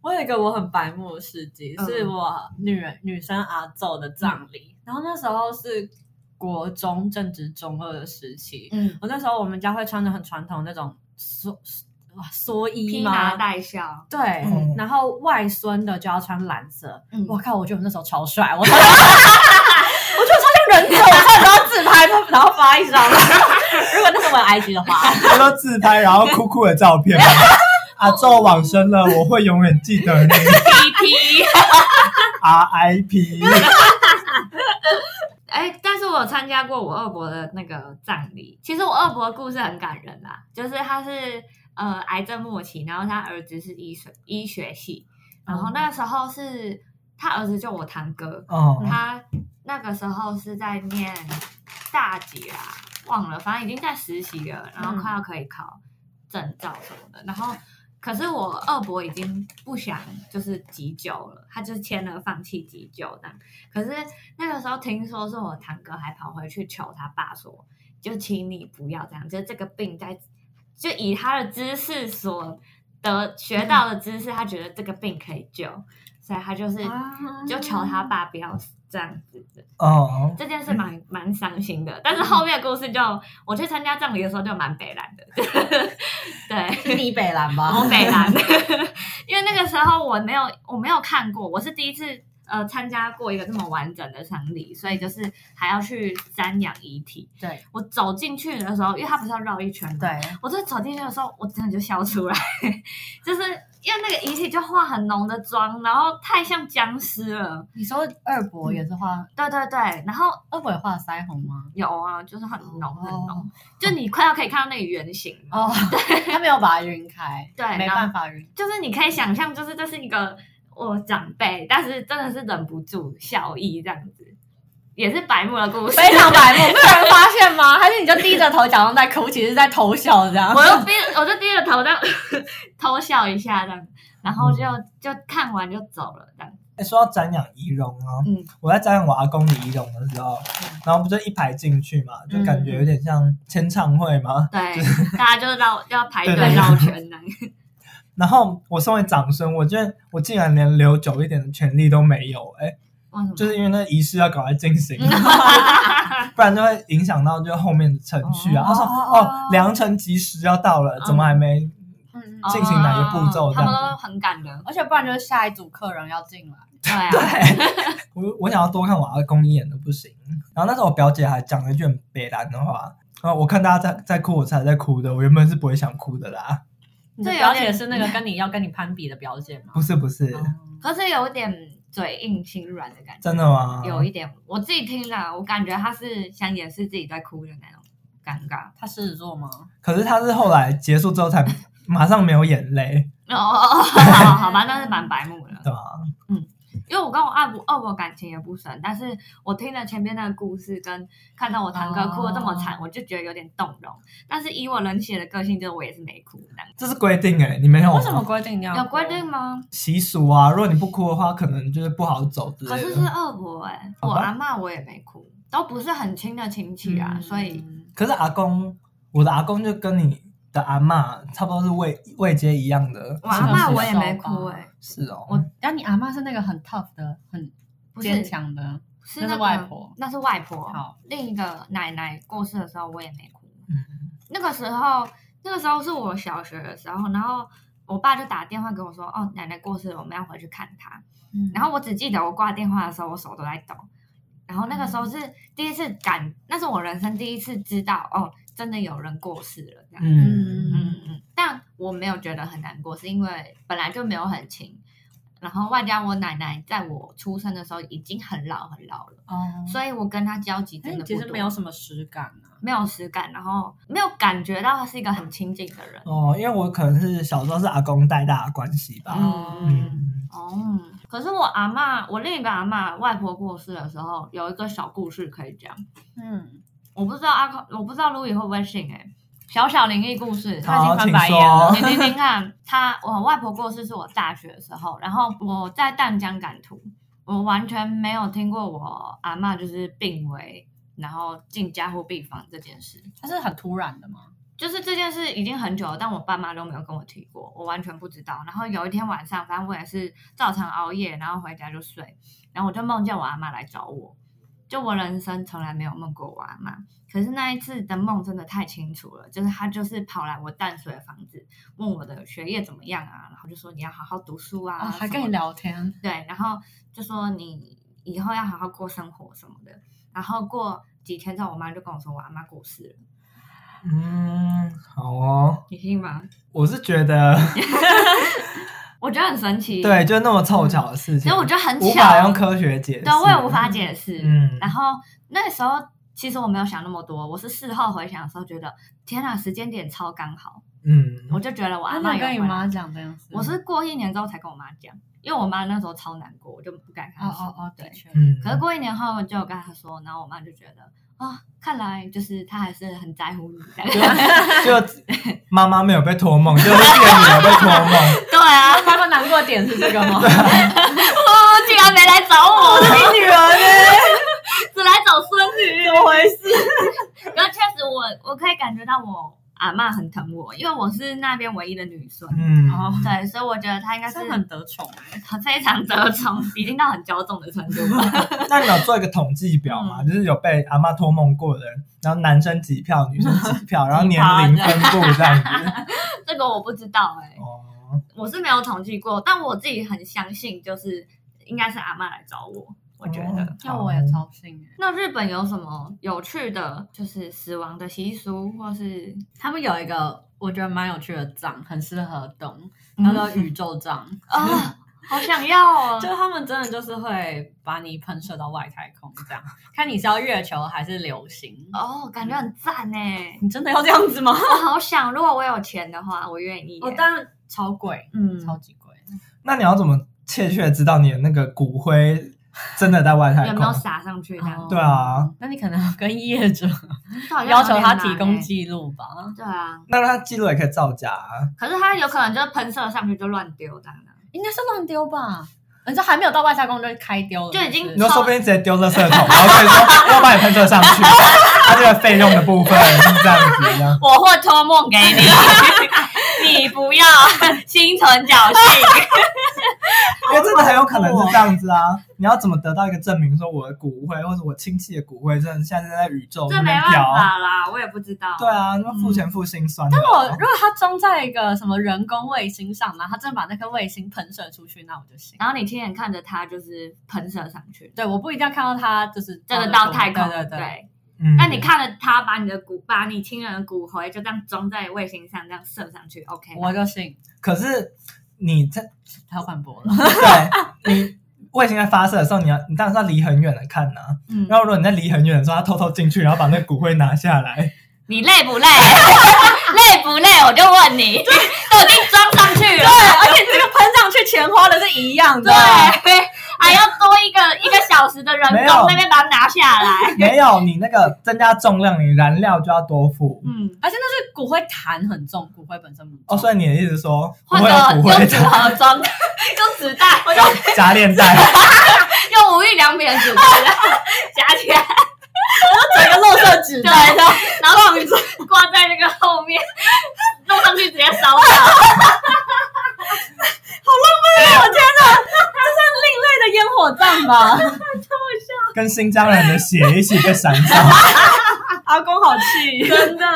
S3: 我有一个我很白目的事迹，
S1: 嗯
S3: 是我女人女生阿昼的葬礼，然后那时候是国中正值中二的时期，
S1: 嗯，
S3: 我那时候我们家会穿着很传统的那种蓑哇蓑衣
S1: 披麻
S3: 吗？
S1: 戴孝，
S3: 对，
S2: 嗯
S3: 然后外孙的就要穿蓝色。
S1: 嗯
S3: 我靠，我觉得我那时候超 帅，我我觉得我超像忍者，我差点都要自拍，然后发一张。 如果那是我的 IG 的话，
S2: 他说自拍然后哭哭的照 片。阿宙往生了，我会永远记得你。
S1: ，PP。
S2: RIP，
S1: 哎、但是我有参加过我二伯的那个葬礼。其实我二伯的故事很感人啦，就是他是呃癌症末期，然后他儿子是医学医学系，然后那个时候是他儿子就我堂哥，
S2: 哦，
S1: 他那个时候是在念大几啊啦、忘了，反正已经在实习了，然后快要可以考证照什么的。然后，可是我二伯已经不想就是急救了，他就签了放弃急救这样。可是那个时候听说是我堂哥还跑回去求他爸说，就请你不要这样，就是这个病在就以他的知识所得学到的知识，他觉得这个病可以救，所以他就是。
S3: 啊
S1: 就
S3: 哦
S1: 求他爸不要死这样子的，
S2: 哦，
S1: 这件事蛮蛮伤心的。但是后面的故事就，我去参加葬礼的时候就蛮北蓝的，对，
S3: 是你北蓝吧？
S1: 我北蓝， 因为那个时候我没有我没有看过，我是第一次呃参加过一个这么完整的丧礼，所以就是还要去瞻仰遗体。
S3: 对
S1: 我走进去的时候，因为它不是要绕一圈吗？
S3: 对，
S1: 我就走进去的时候，我真的就笑出来， 就是因为那个遗体就化很浓的妆，然后太像僵尸了。
S3: 你说二
S1: 嗯
S3: 伯也是画，
S1: 对对对，然后
S3: 二伯也画腮红吗？
S1: 有啊，就是很
S2: 哦
S1: 浓很浓，就你快要可以看到那个圆形了。
S3: 哦，他没有把它晕开，
S1: 对
S3: 没
S1: 然后
S3: 办法晕。
S1: 就是你可以想象，就是这是一个我长辈，但是真的是忍不住笑意这样子，也是白目的故事，
S3: 非常白目，没有人发现吗？还是你就低着头假装在哭，其实是在偷笑这样？
S1: 我就低， 我就低着头这样 偷笑一下这样，然后就
S2: 嗯
S1: 就看完就走了这样。
S2: 哎，说到瞻仰仪容啊，
S1: 嗯
S2: 我在瞻仰我阿公的仪容的时候，
S3: 嗯
S2: 然后不就一排进去嘛，就感觉有点像签唱会嘛。
S1: 对，大家就绕要排队
S2: 对对对
S1: 绕圈呢。
S2: 然后我身为长孙，我居然我竟然连留久一点的权利都没有、哎，
S3: 嗯
S1: 为什么？
S2: 就是因为那仪式要赶快 进行， 不然就会影响到就后面的程序啊。
S3: 哦
S2: 他说哦，良辰吉时要到了，怎么还没？
S3: 嗯
S2: 进行哪个步骤
S1: 哦
S2: 这
S1: 他
S2: 样
S1: 们都很感人。
S3: 而且不然就是下一组客人要进来，
S1: 对啊，
S2: 我我想要多看我阿公一眼都不行。然后那时候我表姐还讲了一句很北兰的话。然后我看大家在在哭，我才在哭的。我原本是不会想哭的啦，
S3: 你的
S1: 对
S3: 表
S1: 有
S3: 姐
S1: 点
S3: 是那个跟你要跟你攀比的表姐吗？哦
S2: 不是不是，
S1: 哦可是有点嘴硬心软的感觉。
S2: 真的吗？
S1: 有一点，我自己听了，我感觉他是想掩饰自己在哭的那种尴尬。
S3: 她狮子座吗？
S2: 可是他是后来结束之后才马上没有眼泪，
S1: 哦，好吧，那是蛮白目的。
S2: 对吧？啊
S1: 嗯，因为我跟我二伯二伯感情也不深，但是我听了前面那个故事，跟看到我堂哥哭的这么
S2: 哦
S1: 惨，我就觉得有点动容。但是以我冷血的个性，就是我也是没哭这样。
S2: 这是规定哎、你没有
S3: 为什么规定你要
S2: 哦
S3: 嗯
S1: 有规定吗？
S2: 习俗啊？如果你不哭的话，可能就是不好走之
S1: 可
S2: 类
S1: 是是
S2: 的。
S1: 二伯哎、
S2: 好
S1: 我
S2: 吧
S1: 阿嬷我也没哭，都不是很亲的亲戚啊，
S3: 嗯
S1: 所以
S2: 可是阿公，我的阿公就跟你的阿嬷差不多是位位阶一样的。
S1: 我阿嬷我也没
S3: 是
S1: 哭
S3: 吧
S1: 哎、
S2: 是啊哦，
S3: 我，然后你阿妈是那个很 tough 的，很
S1: 不
S3: 坚
S1: 是
S3: 强的，
S1: 是
S3: 那
S1: 那
S3: 是
S1: 个
S3: 外婆
S1: 那是外婆。
S3: 好，
S1: 另一个奶奶过世的时候，我也没哭。
S2: 嗯，
S1: 那个时候，那个时候是我小学的时候，然后我爸就打电话给我说：“哦，奶奶过世了，我们要回去看她。”嗯然后我只记得我挂电话的时候，我手都在抖。然后那个时候是第一次感，那是我人生第一次知道哦，真的有人过世了这样。
S2: 嗯，
S1: 嗯嗯，但我没有觉得很难过，是因为本来就没有很亲，然后外加我奶奶在我出生的时候已经很老很老了，
S3: 哦，
S1: 所以我跟她交集真
S3: 哎
S1: 的
S3: 其
S1: 不
S3: 实
S1: 多，
S3: 没有什么实感啊。
S1: 没有实感，然后没有感觉到她是一个很亲近的人。
S2: 哦，因为我可能是小时候是阿公带大的关系吧。
S1: 嗯
S2: 嗯，
S1: 哦，可是我阿嬷，我另一个阿嬷外婆过世的时候，有一个小故事可以讲。
S3: 嗯，
S1: 我不知道阿康，我不知道路易会不会信哎、小小灵异故事，
S3: 他已
S2: 好，
S3: 经翻
S2: 请
S3: 白眼了
S2: 说
S1: 你。听听看，他啊我外婆过世是我大学的时候，然后我在淡江赶图，我完全没有听过我阿嬷就是病危，然后进加护病房这件事。
S3: 它是很突然的嘛。
S1: 就是这件事已经很久了，但我爸妈都没有跟我提过，我完全不知道。然后有一天晚上，反正我也是照常熬夜，然后回家就睡，然后我就梦见我阿妈来找我。就我人生从来没有梦过我阿妈，可是那一次的梦真的太清楚了，就是她就是跑来我淡水的房子，问我的学业怎么样啊，然后就说你要好好读书啊，
S3: 啊，还
S1: 什
S3: 跟
S1: 么
S3: 你聊天，
S1: 对，然后就说你以后要好好过生活什么的。然后过几天之后，我妈就跟我说我阿妈过世了，
S2: 嗯，好哦，
S1: 你信吗？
S2: 我是觉 得，
S1: 我觉得很神奇。
S2: 对，就那么凑巧的事情，
S1: 所以嗯我觉得很巧，
S2: 无法用科学解释，
S1: 对，我也无法解释。
S2: 嗯
S1: 然后那时候其实我没有想那么多，我是事后回想的时候觉得，天啊，时间点超刚好，
S2: 嗯，
S1: 我就觉得我阿
S3: 啊那
S1: 妈
S3: 你
S1: 有
S3: 跟你
S1: 回来。
S3: 妈讲这样子，
S1: 我是过一年之后才跟我妈讲，因为我妈那时候超难过，我就不敢跟
S3: 哦
S1: 她说。
S3: 哦哦，的
S1: 对。
S3: 确，
S2: 嗯，
S1: 可是过一年后我就有跟她说，然后我妈就觉得啊、看来就是她还是很 在乎你。这
S2: 就
S1: 样
S2: 妈妈没有被托梦，就是女儿被托 梦，
S1: 对 啊，
S3: 他们难过点是这个吗？
S1: 我竟然没来找我，
S3: 你女儿呢？
S1: 只来找孙女。
S3: 怎么回事？
S1: 然后确实我，我可以感觉到我阿嬷很疼我，因为我是那边唯一的女生。
S2: 嗯，
S3: 哦
S1: 对，所以我觉得她应该是
S3: 真的很得宠欸
S1: 很非常得宠，已经到很骄纵的程度 了。
S2: 那你有做一个统计表
S1: 嗯
S2: 吗？就是有被阿妈托梦过的人，然后男生几票，女生几票，然后年龄分布这 样子。
S1: 这个我不知道哎、
S2: 哦，
S1: 我是没有统计过，但我自己很相信，就是应该是阿嬷来找我，我觉得。
S2: 哦
S3: 那我也超信哎。
S1: 那日本有什么有趣的，就是死亡的习俗，或是
S3: 他们有一个我觉得蛮有趣的葬，很适合懂，叫
S2: 嗯
S3: 做宇宙葬，
S1: 啊、好想要 哦！
S3: 就是他们真的就是会把你喷射到外太空，这样看你是要月球还是流星。
S1: 哦，感觉很赞哎！
S3: 你真的要这样子吗？
S1: 我好想，如果我有钱的话，我愿意耶。
S3: 哦，当然超贵，
S1: 嗯，
S3: 超级贵。
S2: 那你要怎么确切地知道你的那个骨灰真的在外太
S1: 有没有
S2: 空？
S1: 撒上去这
S3: 哦
S1: 样？
S2: 对啊，
S3: 那你可能要跟业主
S1: 到底
S3: 要求他提
S1: 有点
S3: 供
S1: 难欸
S3: 记录吧？
S1: 对啊，
S2: 那他记录也可以造假啊。
S1: 可是他有可能就是喷射上去就乱丢的啊，
S3: 应该是乱丢吧？你这还没有到外太空就开丢了，
S1: 就已经
S3: 是不
S2: 你
S3: 是
S2: 说说不定直接丢垃圾桶，然后可以说要把你喷射上 去，他这个费用的部分是这样子，这样
S1: 我会托梦给你， 你不要心存侥幸。
S2: 因为真的很有可能是这样子啊！
S1: 哦
S2: 你要怎么得到一个证明，说我的骨灰或者我亲戚的骨灰真的现在在宇宙
S1: 这
S2: 那
S1: 没
S2: 边
S1: 办
S2: 飘？
S1: 法啦，我也不知道。
S2: 对啊，那付钱付心酸的。
S3: 如果如果它装在一个什么人工卫星上，然后它真的把那颗卫星喷射出去，那我就信。
S1: 然后你亲眼看着它就是喷射上去，
S3: 对，我不一定要看到它，就是
S1: 真的到太空。
S3: 哦对对对，
S1: 对。
S2: 嗯
S1: 那你看着它把你的骨，把你亲人的骨灰就这样装在卫星上，这样射上去，OK 吗
S3: 我就信。
S2: 可是你在
S3: 他反驳了，
S2: 对你卫星在发射的时候，你要你当然是要离很远的看呐、
S1: 嗯，
S2: 然后如果你在离很远的时候，他偷偷进去，然后把那骨灰拿下来，
S1: 你累不累？ 累不累？我就问你，都已经装上去了。
S3: 而且这个喷上去钱花的是一样的。
S1: 对，还要多一个一个小时的人
S2: 没
S1: 工
S2: 有
S1: 那边把它拿下 来。
S2: 没有你那个增加重量，你燃料就要多付。
S1: 嗯，
S3: 而且那是骨灰坛很重，骨灰本身不重。
S2: 哦，所以你的意思说，我
S1: 换
S2: 有
S1: 个
S2: 骨灰
S1: 用纸
S2: 的
S1: 盒装， 用纸袋，
S2: 加链带，
S1: 用无印良品的纸 袋夹起来，
S3: 整个垃圾纸
S1: 对，然后然后挂在那个后面， 弄上去直接烧掉。
S3: 哎类的烟火站吧。
S2: 跟新疆人的血一起被燃 烧，
S3: 阿公好气，真的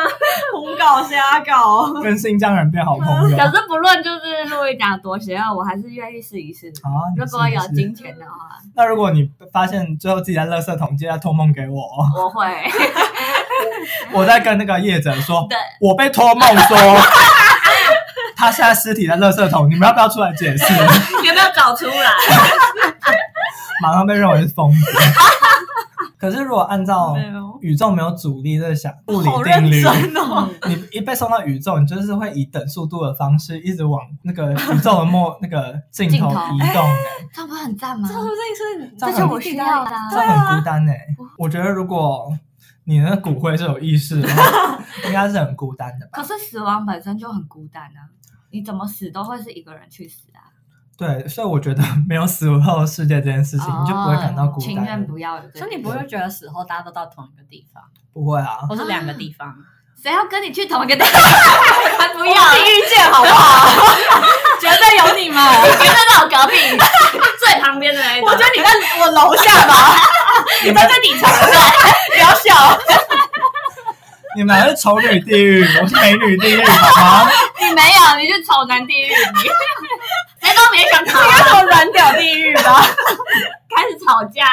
S3: 胡搞瞎搞。
S2: 跟新疆人变好朋友。
S1: 可是不论就是路易讲多邪恶，我还是愿意试一试的。
S2: 好啊，你
S1: 如果有
S2: 试一试
S1: 金钱的话，
S2: 那如果你发现最后自己在垃圾桶接到托梦 给我哦，
S1: 我会。
S2: 我在跟那个业者说
S1: 对，
S2: 我被托梦 说，他现在尸体在垃圾桶，你们要不要出来解释？
S1: 有没有找出来？
S2: 马上被认为是疯子。可是如果按照
S3: 没有
S2: 宇宙没有阻力这想物理
S3: 好
S2: 定
S3: 认
S2: 律，
S3: 真哦，
S1: 嗯
S2: 你一被送到宇宙，你就是会以等速度的方式一直往那个宇宙的末那个尽头
S1: 尽头
S2: 移动、欸，
S1: 这样不是很赞吗
S3: 这？是这是
S2: 这
S1: 就我需要的啊
S2: 这很孤单哎、我觉得如果你那骨灰是有意识的话，应该是很孤单的吧？
S1: 可是死亡本身就很孤单啊，你怎么死都会是一个人去死啊，
S2: 对，所以我觉得没有死后的世界这件事情，你就不会感到孤
S1: 哦情
S2: 单
S1: 愿。不要有这个
S3: 所以你不会觉得死后大家都到同一个地方，
S2: 不会啊，
S3: 或是两个地方？
S1: 谁要跟你去同一个地 方？才不
S3: 不
S1: 要！
S3: 遇见好不好？绝对有你们。
S1: 绝对到我隔壁最旁边的那一种。
S3: 我觉得你在我楼下吧，
S2: 你们
S3: 在这底层不要笑。
S2: 你们还是丑女地狱，我是美女地狱，好吗？
S1: 你没有，你是丑男地狱，你谁都别想逃，
S3: 该是我软屌地狱吧？
S1: 开始吵架。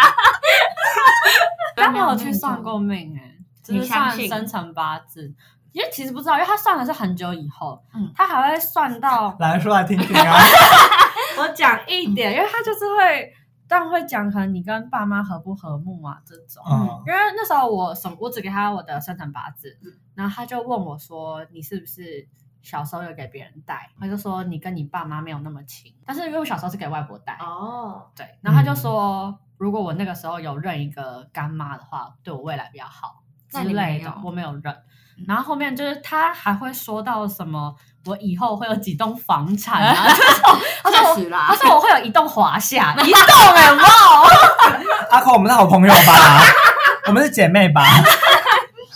S3: 但我有去算过命哎、就
S1: 你
S3: 是
S1: 相
S3: 算
S1: 信
S3: 生辰八字，因为其实不知道，因为他算的是很久以后，
S1: 嗯
S3: 他还会算到嗯
S2: 来说来听听啊。
S3: 我讲一点，因为他就是会，但会讲可能你跟爸妈合不和睦啊这种。
S2: 嗯，
S3: 因为那时候我什么，我只给他我的生辰八字，然后他就问我说：“你是不是小时候有给别人带？”他就说：“你跟你爸妈没有那么亲。”但是因为我小时候是给外婆带，
S1: 哦，
S3: 对，然后他就说：“如果我那个时候有认一个干妈的话，对我未来比较好之
S1: 那你
S3: 类
S1: 没
S3: 的
S1: 有，
S3: 我没有嗯认。”然后后面就是他还会说到什么，我以后会有几栋房产啊， 他说
S1: 确
S3: 我
S1: 实啦
S3: 他，说我会有一栋华 夏，一栋哎、哇！
S2: 阿口，我们是好朋友吧？ 我们是姐妹吧？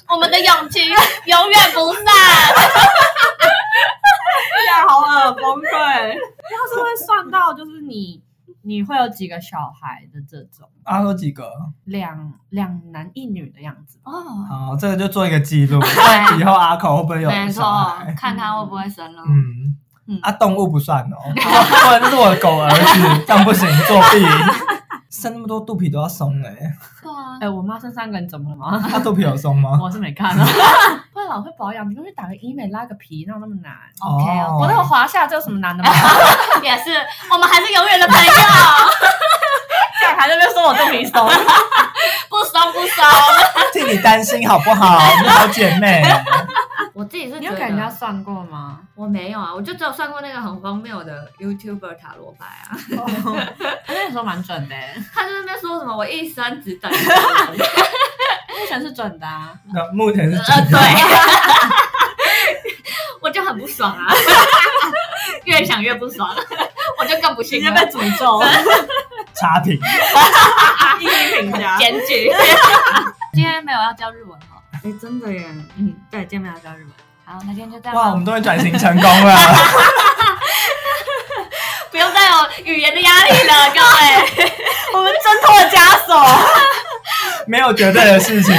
S1: 我们的友 情永远不散。
S3: 呀，好恶崩溃。 他是会算到，就是你你会有几个小孩的这种，
S2: 阿口几个？
S3: 两两男一女的样子。
S1: 哦，
S2: 好，这个就做一个记录，
S1: 对
S2: 以后阿口会不会有
S1: 没错
S2: 小孩？，
S1: 看他会不会生了。
S2: 嗯
S1: 嗯，
S2: 啊，动物不算 哦，不然就是我的狗儿子，这样不行，作弊。生那么多肚皮都要松哎、
S1: 对啊
S3: 哎、，我妈生三个，你怎么了吗？
S2: 他肚皮有松 吗？
S3: 我是没看啊， 不然老会保养，你就去打个医美拉个皮，哪有那么难？
S1: OK，
S2: 哦
S3: 我那个华夏这有什么 难的吗？
S1: 也是，我们还是永远的朋友，
S3: 这样还在那边说我肚皮松，
S1: 不松不松。
S2: 替你担心好不好？我们好姐妹，
S1: 我自己 是
S3: 你
S1: 觉
S3: 有
S1: 得
S3: 给人家算过吗？
S1: 我没有啊，我就只有算过那个很荒谬的 YouTuber 塔罗牌啊，
S3: 那你说蛮准的、 欸
S1: 他就在那边说什么我一生只 等一个人，
S3: 目前是准的、啊，
S2: 那目前是
S1: 呃对，我就很不爽 啊，越想越不爽，我就更不信了，
S3: 诅咒，
S2: 差 评，
S3: 一星评 价
S1: 检 举。今天没有要教日文哦，哎，真的耶，嗯，对，今天没有要教日文。好，那今天就这样
S2: 哇，我
S1: 吧
S2: 们，终于转型成功了，
S1: 不用再有语言的压力了，各位，
S3: 我们挣脱了枷锁。
S2: 没有绝对的事 情。
S1: 我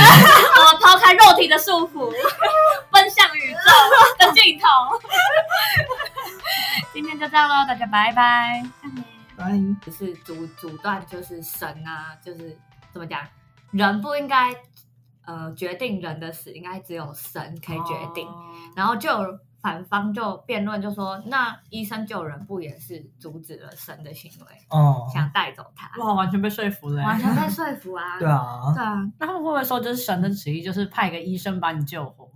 S1: 们抛开肉体的束缚， 奔向宇 宙的尽头。 今天就这样喽，大家拜拜。
S2: 哎
S1: 就是阻阻断，就是神啊，就是怎么讲，人不应该呃决定人的死，应该只有神可以决定。然后就有反方就辩论，就说那医生救人不也是阻止了神的行为，
S2: 哦，
S1: 想带走他，
S3: 哇，完全被说服了欸。
S1: 完全被说服啊。
S2: 对啊，
S1: 对啊，
S3: 那他们会不会说，就是神的旨意，就是派一个医生把你救活？